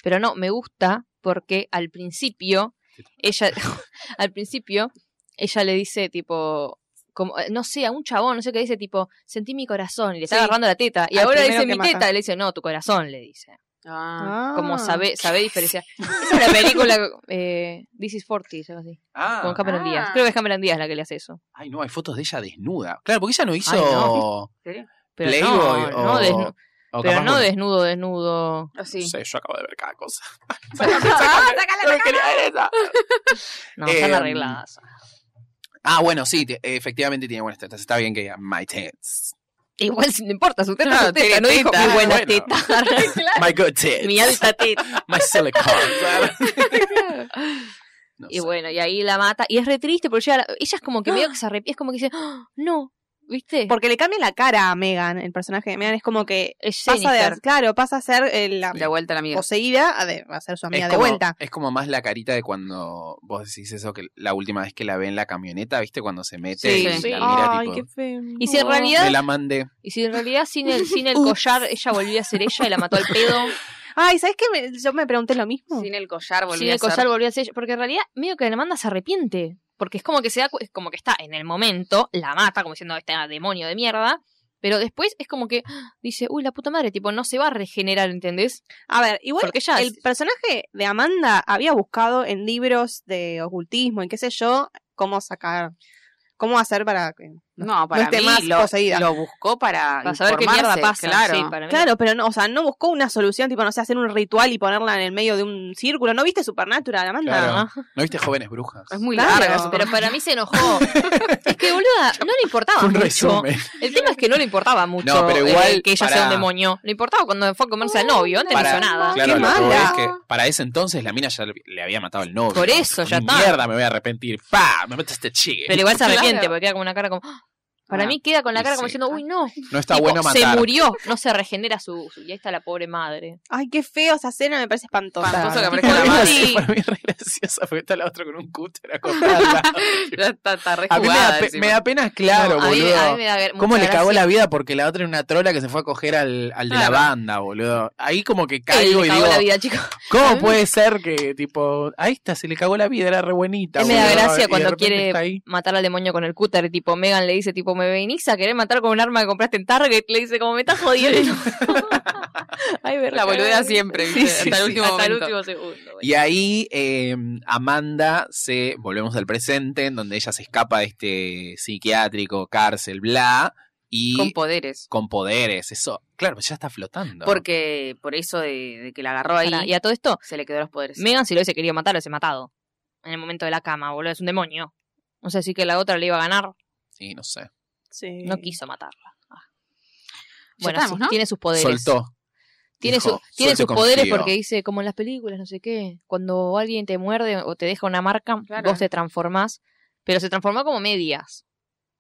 Speaker 4: Pero no, me gusta porque al principio, ella, [LAUGHS] al principio, ella le dice tipo, como, eh, no sé, a un chabón, no sé qué dice, tipo, sentí mi corazón y le está
Speaker 3: Sí.
Speaker 4: agarrando la teta. Y
Speaker 3: Al
Speaker 4: ahora
Speaker 3: primero
Speaker 4: dice
Speaker 3: que
Speaker 4: mi
Speaker 3: mata.
Speaker 4: teta, y le dice, no, tu corazón, le dice.
Speaker 5: Ah.
Speaker 3: Ah.
Speaker 4: Como sabe, sabe diferenciar. Esa es la película eh, This is 40, algo así.
Speaker 1: Ah.
Speaker 4: Con Cameron
Speaker 5: Ah.
Speaker 4: Díaz. Creo que es Cameron Díaz la que le hace eso.
Speaker 1: Ay, no, hay fotos de ella desnuda. Claro, porque ella no hizo.
Speaker 4: Ay, no. Pero
Speaker 1: Playboy
Speaker 4: no, no,
Speaker 1: o-
Speaker 4: desnu-
Speaker 1: o
Speaker 4: pero
Speaker 1: capaz
Speaker 4: no
Speaker 1: con-
Speaker 4: desnudo, desnudo.
Speaker 5: Así.
Speaker 1: No sé, yo acabo de ver cada
Speaker 4: [LAUGHS]
Speaker 1: cosa.
Speaker 5: Ah, sácala,
Speaker 1: Yo no [LAUGHS]
Speaker 5: sácala.
Speaker 1: quería ver esa.
Speaker 4: No,
Speaker 1: Eh,
Speaker 4: están arregladas.
Speaker 1: Ah, bueno, sí, te- efectivamente tiene buenas tetas. Está bien que diga my tits.
Speaker 4: Igual [LAUGHS] si no importa, su teta,
Speaker 5: Claro,
Speaker 4: su teta,
Speaker 5: tiene
Speaker 4: no dijo
Speaker 5: teta.
Speaker 4: mi buena
Speaker 1: Bueno.
Speaker 4: teta. [LAUGHS]
Speaker 1: My good tits.
Speaker 4: mi alta teta.
Speaker 1: [LAUGHS] My
Speaker 4: [LAUGHS]
Speaker 1: silicone. [LAUGHS] No
Speaker 4: y
Speaker 1: sé.
Speaker 4: bueno, y ahí la mata. Y es re triste porque ella, ella es como que medio que se arrepiente, es como que dice, "Ah, no, ¿viste?
Speaker 3: Porque le cambia la cara a Megan, el personaje de Megan. Es como que
Speaker 4: es
Speaker 3: pasa
Speaker 4: Jennifer.
Speaker 3: de. Claro, pasa a ser eh, la
Speaker 5: De vuelta a la amiga.
Speaker 3: poseída a, de, a ser su amiga de
Speaker 1: como,
Speaker 3: vuelta.
Speaker 1: es como más la carita de cuando vos decís eso que la última vez que la ve en la camioneta, ¿viste? Cuando se mete
Speaker 5: Sí,
Speaker 1: y
Speaker 5: sí.
Speaker 1: la mira
Speaker 3: Ay,
Speaker 1: tipo.
Speaker 3: qué feo.
Speaker 4: Y si en
Speaker 1: Me
Speaker 4: realidad,
Speaker 1: la mandé.
Speaker 4: y si en realidad sin el, sin el collar ella volvió a ser ella y la mató al pedo,
Speaker 3: Ay, ¿sabes qué? Me- yo me pregunté lo mismo.
Speaker 5: Sin el collar volví
Speaker 4: sin
Speaker 5: a
Speaker 4: el collar
Speaker 5: ser-
Speaker 4: volvió a ser ella, porque en realidad medio que la manda se arrepiente, porque es como que se da, cu- es como que está en el momento, la mata como diciendo este demonio de mierda, pero después es como que [GASPS] "Ah", dice, uy la puta madre, tipo no se va a regenerar, ¿entendés?
Speaker 3: A ver, igual
Speaker 4: Porque ya
Speaker 3: el personaje de Amanda había buscado en libros de ocultismo y qué sé yo, cómo sacar, cómo hacer para que
Speaker 2: No, para
Speaker 3: esté
Speaker 2: mí
Speaker 3: más
Speaker 2: lo,
Speaker 3: poseída.
Speaker 2: lo buscó para,
Speaker 4: Para saber qué mierda
Speaker 2: informarse,
Speaker 4: pasa.
Speaker 2: Claro.
Speaker 4: sí, para mí.
Speaker 3: Claro, pero no, o sea, no buscó una solución, tipo, no sé, hacer un ritual y ponerla en el medio de un círculo. ¿No viste Supernatural, Amanda?
Speaker 1: Claro.
Speaker 3: Ah,
Speaker 1: ¿No viste Jóvenes Brujas?
Speaker 2: Es muy
Speaker 3: Claro.
Speaker 2: larga. eso,
Speaker 4: Pero para mí se enojó. es que, boluda, no le importaba
Speaker 1: [LAUGHS] [LAUGHS] un
Speaker 4: mucho.
Speaker 1: resumen.
Speaker 4: El tema es que no le importaba mucho eh,
Speaker 1: No, pero igual,
Speaker 4: que ella
Speaker 1: para-
Speaker 4: sea un demonio. Le importaba cuando fue a comerse al novio, antes
Speaker 1: Para-
Speaker 4: no hizo nada.
Speaker 1: Claro,
Speaker 3: Qué
Speaker 1: lo que voy
Speaker 3: mala.
Speaker 1: es que para ese entonces la mina ya le había matado el novio.
Speaker 4: Por eso, ya
Speaker 1: Ni
Speaker 4: está.
Speaker 1: Mierda, me voy a arrepentir. ¡Pa! Me metes este chique.
Speaker 4: Pero igual se arrepiente,
Speaker 2: Claro.
Speaker 4: porque queda con una cara como. "Ah". Para
Speaker 2: Ah,
Speaker 4: mí queda con la
Speaker 1: y
Speaker 4: cara como
Speaker 1: sí.
Speaker 4: diciendo, uy, no.
Speaker 1: no está
Speaker 4: Tipo,
Speaker 1: bueno matar.
Speaker 4: Se
Speaker 1: [LAUGHS]
Speaker 4: murió, no se regenera su. su- Y ahí está la pobre madre.
Speaker 3: Ay, qué feo esa escena, me parece espantosa.
Speaker 2: Espantoso que
Speaker 1: Tipo, [LAUGHS]
Speaker 2: aparezca la
Speaker 1: esa
Speaker 2: madre.
Speaker 1: sí, Para mí es re graciosa porque está la otra con un
Speaker 4: [LAUGHS]
Speaker 1: cúter acostada. al lado.
Speaker 2: Ya está, está
Speaker 1: A mí me
Speaker 2: rejugada.
Speaker 1: da, pe-
Speaker 2: encima.
Speaker 1: me da pena, claro,
Speaker 4: No, a, mí,
Speaker 1: boludo.
Speaker 4: a mí me da ver-
Speaker 1: ¿Cómo
Speaker 4: mucha
Speaker 1: le cagó
Speaker 4: gracia.
Speaker 1: la vida porque la otra era una trola que se fue a coger al, al de la
Speaker 2: Claro.
Speaker 1: banda, boludo? Ahí como que
Speaker 4: Él
Speaker 1: caigo
Speaker 4: le
Speaker 1: y
Speaker 4: cagó
Speaker 1: digo,
Speaker 4: la vida, chicos.
Speaker 1: ¿cómo puede ser que, tipo, ahí está, se le cagó la vida, era re buenita?
Speaker 4: Él me da
Speaker 1: boludo,
Speaker 4: gracia
Speaker 1: y de
Speaker 4: cuando
Speaker 1: repente
Speaker 4: quiere-
Speaker 1: está ahí.
Speaker 4: Matar al demonio con el cúter, tipo, Megan le dice, tipo, me venís a querer matar con un arma que compraste en Target. Le dice, como, me estás jodiendo. [LAUGHS] Ay, me
Speaker 2: La
Speaker 4: recagaba
Speaker 2: boludea
Speaker 4: risa.
Speaker 2: siempre,
Speaker 4: Sí,
Speaker 2: ¿viste?
Speaker 4: sí,
Speaker 2: hasta el
Speaker 4: sí.
Speaker 2: último
Speaker 4: Hasta el
Speaker 2: momento.
Speaker 4: último segundo. güey.
Speaker 1: Y ahí eh, Amanda se, volvemos al presente, en donde ella se escapa de este psiquiátrico, cárcel, bla, y
Speaker 2: Con
Speaker 1: con,
Speaker 2: poderes.
Speaker 1: poderes, eso, claro, pues ya está flotando.
Speaker 2: Porque por eso de, de que la agarró ahí,
Speaker 4: Pará, y a todo esto,
Speaker 2: se le quedó los poderes.
Speaker 4: Megan si lo hubiese querido matar, lo hubiese matado. En el momento de la cama, boludo, es un demonio. No sé si que la otra le iba a ganar,
Speaker 1: Sí, no sé.
Speaker 3: [LAUGHS] Sí.
Speaker 4: no quiso matarla. Ah.
Speaker 2: Ya
Speaker 4: Bueno,
Speaker 2: estamos,
Speaker 4: sí,
Speaker 2: ¿no?
Speaker 4: tiene sus poderes.
Speaker 1: Soltó.
Speaker 4: Tiene, su-
Speaker 1: Dijo,
Speaker 4: tiene
Speaker 1: "Suelto
Speaker 4: sus
Speaker 1: y
Speaker 4: poderes
Speaker 1: confío".
Speaker 4: porque dice, como en las películas, no sé qué, cuando alguien te muerde o te deja una marca,
Speaker 2: Claro.
Speaker 4: vos te transformás, pero se transformó como medias.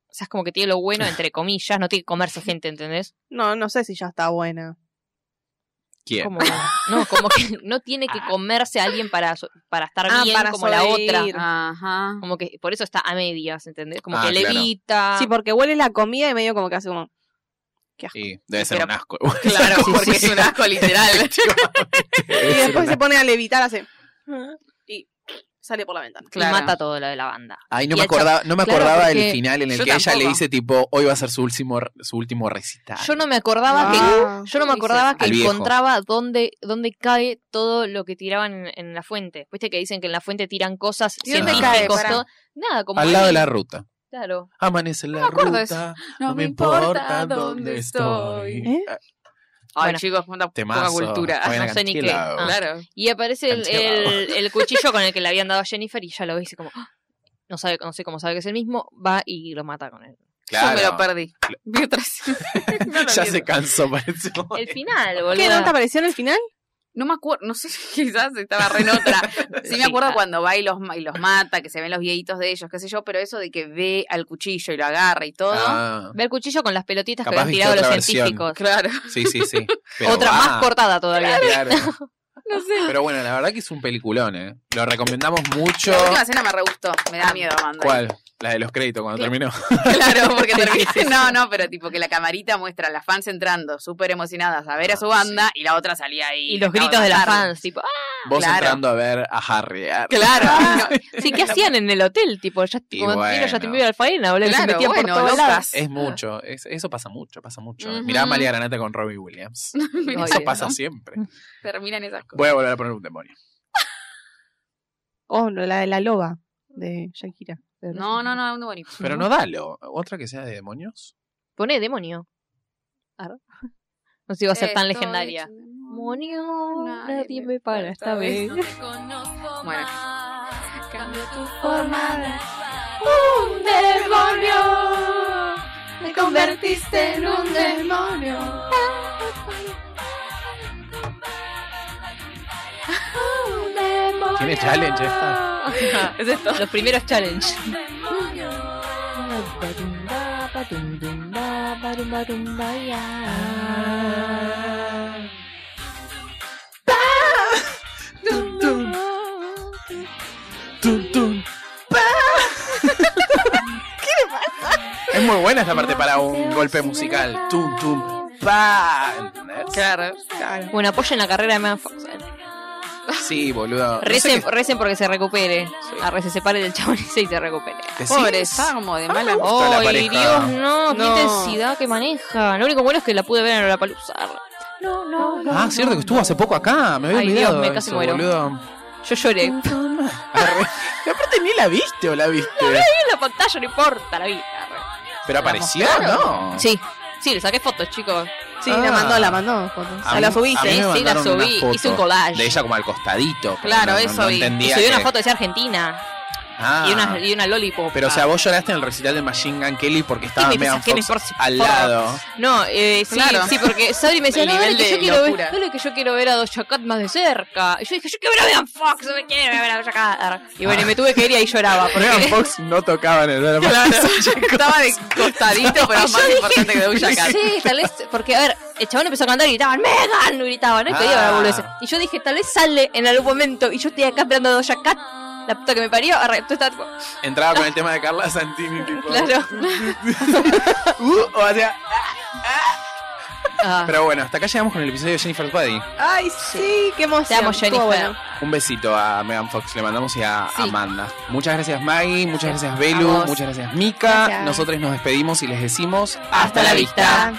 Speaker 4: O sea, es como que tiene lo
Speaker 1: [LAUGHS]
Speaker 4: bueno, entre comillas, no tiene que comerse gente, ¿entendés?
Speaker 3: No, no sé si ya está buena.
Speaker 1: ¿Quién?
Speaker 4: Como, no, como que
Speaker 1: [LAUGHS]
Speaker 4: no tiene
Speaker 1: Ah.
Speaker 4: que comerse a alguien para, so- para estar
Speaker 3: Ah,
Speaker 4: bien
Speaker 3: para
Speaker 4: como la otra.
Speaker 3: sobrevivir.
Speaker 2: Ajá.
Speaker 4: [LAUGHS] Como que por eso está a medias, ¿entendés? Como
Speaker 1: Ah,
Speaker 4: que
Speaker 1: claro.
Speaker 4: levita.
Speaker 3: Sí, porque huele la comida y medio como que hace como.
Speaker 1: Sí, debe ser
Speaker 2: Pero-
Speaker 1: un asco.
Speaker 2: Claro,
Speaker 1: Sí,
Speaker 2: porque
Speaker 1: sí.
Speaker 2: es un asco
Speaker 1: [LAUGHS]
Speaker 2: literal.
Speaker 3: Y después se pone a levitar, hace. Y sale por la ventana.
Speaker 4: y mata todo lo de la banda.
Speaker 1: Ay, no
Speaker 4: Y
Speaker 1: me
Speaker 4: el cha-
Speaker 1: acordaba, no me
Speaker 4: claro,
Speaker 1: acordaba del
Speaker 4: porque
Speaker 1: final en el
Speaker 2: yo
Speaker 1: que ella le
Speaker 2: tampoco.
Speaker 1: dice tipo, hoy va a ser su último, su último recital.
Speaker 4: Yo no me acordaba que
Speaker 3: Ah.
Speaker 4: yo no me
Speaker 3: ¿Qué
Speaker 4: acordaba
Speaker 3: dices?
Speaker 4: que
Speaker 1: Al viejo.
Speaker 4: encontraba dónde, dónde cae todo lo que tiraban en, en la fuente. Viste que dicen que en la fuente tiran cosas
Speaker 3: ¿Y dónde
Speaker 4: científicos,
Speaker 3: cae? Pará.
Speaker 4: todo- Nada, como
Speaker 1: Al lado de
Speaker 4: ahí,
Speaker 1: la ruta.
Speaker 4: Claro.
Speaker 1: Amanece en la
Speaker 2: acuerdo de
Speaker 1: ruta.
Speaker 2: No
Speaker 1: No me importa dónde estoy.
Speaker 3: ¿Eh?
Speaker 2: Ay,
Speaker 4: Bueno.
Speaker 2: chicos, cuánta poca
Speaker 1: Temazo.
Speaker 2: cultura.
Speaker 1: Vayan
Speaker 4: No sé ni qué.
Speaker 1: canchilao.
Speaker 4: Ah.
Speaker 2: Claro.
Speaker 4: Y aparece el,
Speaker 1: Cancelado.
Speaker 4: el- el cuchillo con el que le habían dado a Jennifer y ya lo dice como ¡Ah! no sabe, no sé cómo sabe que es el mismo, va y lo mata con él.
Speaker 1: Claro.
Speaker 2: Yo me
Speaker 1: [LAUGHS]
Speaker 2: lo perdí. Vi atrás. [LAUGHS] no, lo
Speaker 1: ya
Speaker 2: vi
Speaker 1: se
Speaker 2: atrás.
Speaker 1: cansó, parece.
Speaker 4: El final,
Speaker 3: ¿Qué? ¿No te
Speaker 4: boludo.
Speaker 3: apareció en el final?
Speaker 2: No me acuerdo, no sé, [LAUGHS] quizás estaba re en
Speaker 1: [LAUGHS]
Speaker 2: otra. Sí me acuerdo cuando va y los, ma- y los mata, que se ven los viejitos de ellos, qué sé yo, pero eso de que ve al cuchillo y lo agarra y todo.
Speaker 1: Ah,
Speaker 4: Ve el cuchillo con las pelotitas que
Speaker 1: Capaz
Speaker 4: habían
Speaker 1: viste
Speaker 4: tirado los
Speaker 1: otra versión.
Speaker 4: científicos.
Speaker 2: Claro.
Speaker 1: sí, sí, sí. Pero
Speaker 4: Otra
Speaker 1: va.
Speaker 4: más cortada todavía.
Speaker 1: Claro.
Speaker 2: No sé.
Speaker 1: Pero bueno, la verdad que es un peliculón, ¿eh? Lo recomendamos mucho.
Speaker 2: La última escena me re gustó, me da miedo, Amanda.
Speaker 1: ¿Cuál? La de los créditos cuando terminó.
Speaker 2: [LAUGHS] Claro,
Speaker 1: [LAUGHS]
Speaker 2: porque termina. No, no, pero tipo que la camarita muestra a las fans entrando, súper emocionadas a
Speaker 1: Ah,
Speaker 2: ver a su banda, y la otra salía ahí.
Speaker 4: Y los gritos de las fans, tipo, "Ah".
Speaker 1: Vos
Speaker 2: Claro.
Speaker 1: entrando a ver a Harry. ah,
Speaker 2: Claro.
Speaker 4: sí, ¿qué hacían en el hotel? Tipo, ya
Speaker 1: Y
Speaker 4: tipo,
Speaker 1: bueno.
Speaker 4: ya te envió la faena, boludo, que se
Speaker 2: Claro,
Speaker 4: metían
Speaker 2: bueno,
Speaker 4: por todos
Speaker 2: locas.
Speaker 4: lados.
Speaker 2: [LAUGHS]
Speaker 1: Es mucho, es- eso pasa mucho, pasa mucho.
Speaker 2: Ujú.
Speaker 1: Mirá a Amalia Granata con Robbie
Speaker 2: [LAUGHS]
Speaker 1: Williams.
Speaker 2: Mira,
Speaker 4: Ay,
Speaker 1: Eso
Speaker 4: Dios,
Speaker 1: pasa
Speaker 2: ¿no?
Speaker 1: siempre.
Speaker 2: Terminan esas cosas.
Speaker 1: Voy a volver a poner un demonio.
Speaker 3: Oh, no, la de la loba de Shakira.
Speaker 2: No, no, no, no bonito. [LAUGHS]
Speaker 1: Pero no dalo. ¿Otra que sea de demonios?
Speaker 4: Pone demonio. Ar. [LAUGHS] No sé si va a ser tan
Speaker 2: Estoy
Speaker 4: legendaria.
Speaker 2: hecho de mono.
Speaker 4: Demonio, nadie me para esta vez. [LAUGHS]
Speaker 2: Bueno.
Speaker 5: Cambio tu forma de actuar. Un demonio. Me convertiste en un demonio. Un demonio.
Speaker 1: Tiene challenge
Speaker 2: [LAUGHS]
Speaker 1: esta.
Speaker 4: [LAUGHS]
Speaker 2: Es esto.
Speaker 4: Los primeros challenge.
Speaker 5: Un demonio.
Speaker 1: Tun, tun, tun, tun. Es muy buena esta parte para un golpe musical. Tum, tum, pa. ¿Entendés?
Speaker 2: Claro.
Speaker 4: Bueno, apoyen la carrera de Megan Fox.
Speaker 1: Sí, boludo. No sé
Speaker 4: Recen,
Speaker 1: qué-
Speaker 4: recen porque se recupere. Arre, se separe del chabón ese y se recupere.
Speaker 1: decís.
Speaker 2: Pobre, está como de mala.
Speaker 1: gusta la
Speaker 4: ¡Ay,
Speaker 1: pareja.
Speaker 4: Dios, no! ¡Qué
Speaker 2: No.
Speaker 4: intensidad que maneja! Lo único bueno es que la pude ver en la palusa. No, no, no.
Speaker 1: Ah, cierto que estuvo hace poco acá. Me había
Speaker 4: Ay, Dios,
Speaker 1: olvidado.
Speaker 4: me
Speaker 1: de
Speaker 4: casi
Speaker 1: eso,
Speaker 4: muero. Eh.
Speaker 1: boludo.
Speaker 4: Yo lloré.
Speaker 1: [LAUGHS]
Speaker 4: En
Speaker 1: Arre. Y aparte ni la viste o la viste.
Speaker 4: la pantalla no importa la vida.
Speaker 1: ¿Pero apareció?
Speaker 4: mostraron?
Speaker 1: No.
Speaker 4: Sí, sí, le saqué fotos, chicos.
Speaker 3: Sí,
Speaker 1: Ah.
Speaker 3: la mandó, la mandó fotos.
Speaker 1: A
Speaker 3: Ah,
Speaker 1: mí-
Speaker 3: la
Speaker 1: a mí
Speaker 3: subiste.
Speaker 1: me
Speaker 4: Sí, la
Speaker 1: mandaron una
Speaker 4: subí, hice un
Speaker 1: foto
Speaker 4: collage.
Speaker 1: De ella como al costadito. porque
Speaker 4: Claro,
Speaker 1: no- no-
Speaker 4: eso.
Speaker 1: no
Speaker 4: y- y
Speaker 1: entendía
Speaker 4: subí una
Speaker 1: que-
Speaker 4: foto de ser argentina
Speaker 1: Ah.
Speaker 4: y, una, y Ah. una lollipop.
Speaker 1: Pero, o sea, vos lloraste en el recital de Machine Gun Kelly porque estaba
Speaker 4: me
Speaker 1: Megan
Speaker 4: saqué
Speaker 1: Fox
Speaker 4: mis por-
Speaker 1: al
Speaker 4: por-
Speaker 1: lado.
Speaker 4: No, eh, sí,
Speaker 5: Claro.
Speaker 4: sí, porque Sabri me decía,
Speaker 5: El
Speaker 4: no, dale
Speaker 5: nivel
Speaker 4: que,
Speaker 5: de
Speaker 4: yo quiero ver,
Speaker 5: locura.
Speaker 4: dale que yo quiero ver a Doja Cat más de cerca. Y yo dije, yo quiero ver a Megan Fox, no me quiero ver a Doja Cat. Y bueno, y me tuve que ir y ahí lloraba. Porque...
Speaker 1: Megan Fox no tocaba
Speaker 4: [LAUGHS]
Speaker 1: en el drama. [LAUGHS]
Speaker 5: Estaba de costadito, pero es
Speaker 4: Yo
Speaker 5: más
Speaker 4: dije-
Speaker 5: importante que Doja Cat.
Speaker 4: Sí, tal vez, porque a ver, el chabón empezó a cantar y gritaban, Megan, y gritaban, ¿no? Y, pedían
Speaker 1: Ah.
Speaker 4: la boludez. y yo dije, tal vez sale en algún momento, y yo estoy acá esperando a Doja Cat, la puta que me parió, arre, tú estás tipo,
Speaker 1: Entraba con el tema de Carla Santini, tipo.
Speaker 4: claro.
Speaker 1: [LAUGHS] Uh, o sea,
Speaker 4: Ah,
Speaker 1: pero bueno, hasta acá llegamos con el episodio de Jennifer Buddy.
Speaker 3: Ay, sí, qué emoción.
Speaker 4: Te amo,
Speaker 3: Estuvo
Speaker 4: Jennifer.
Speaker 3: bueno.
Speaker 1: Un besito a Megan Fox, le mandamos y a
Speaker 4: Sí.
Speaker 1: Amanda. Muchas gracias Maggie, muchas gracias Belu,
Speaker 4: vos.
Speaker 1: muchas gracias Mika.
Speaker 3: Gracias.
Speaker 1: Nosotros nos despedimos y les decimos
Speaker 4: hasta la vista.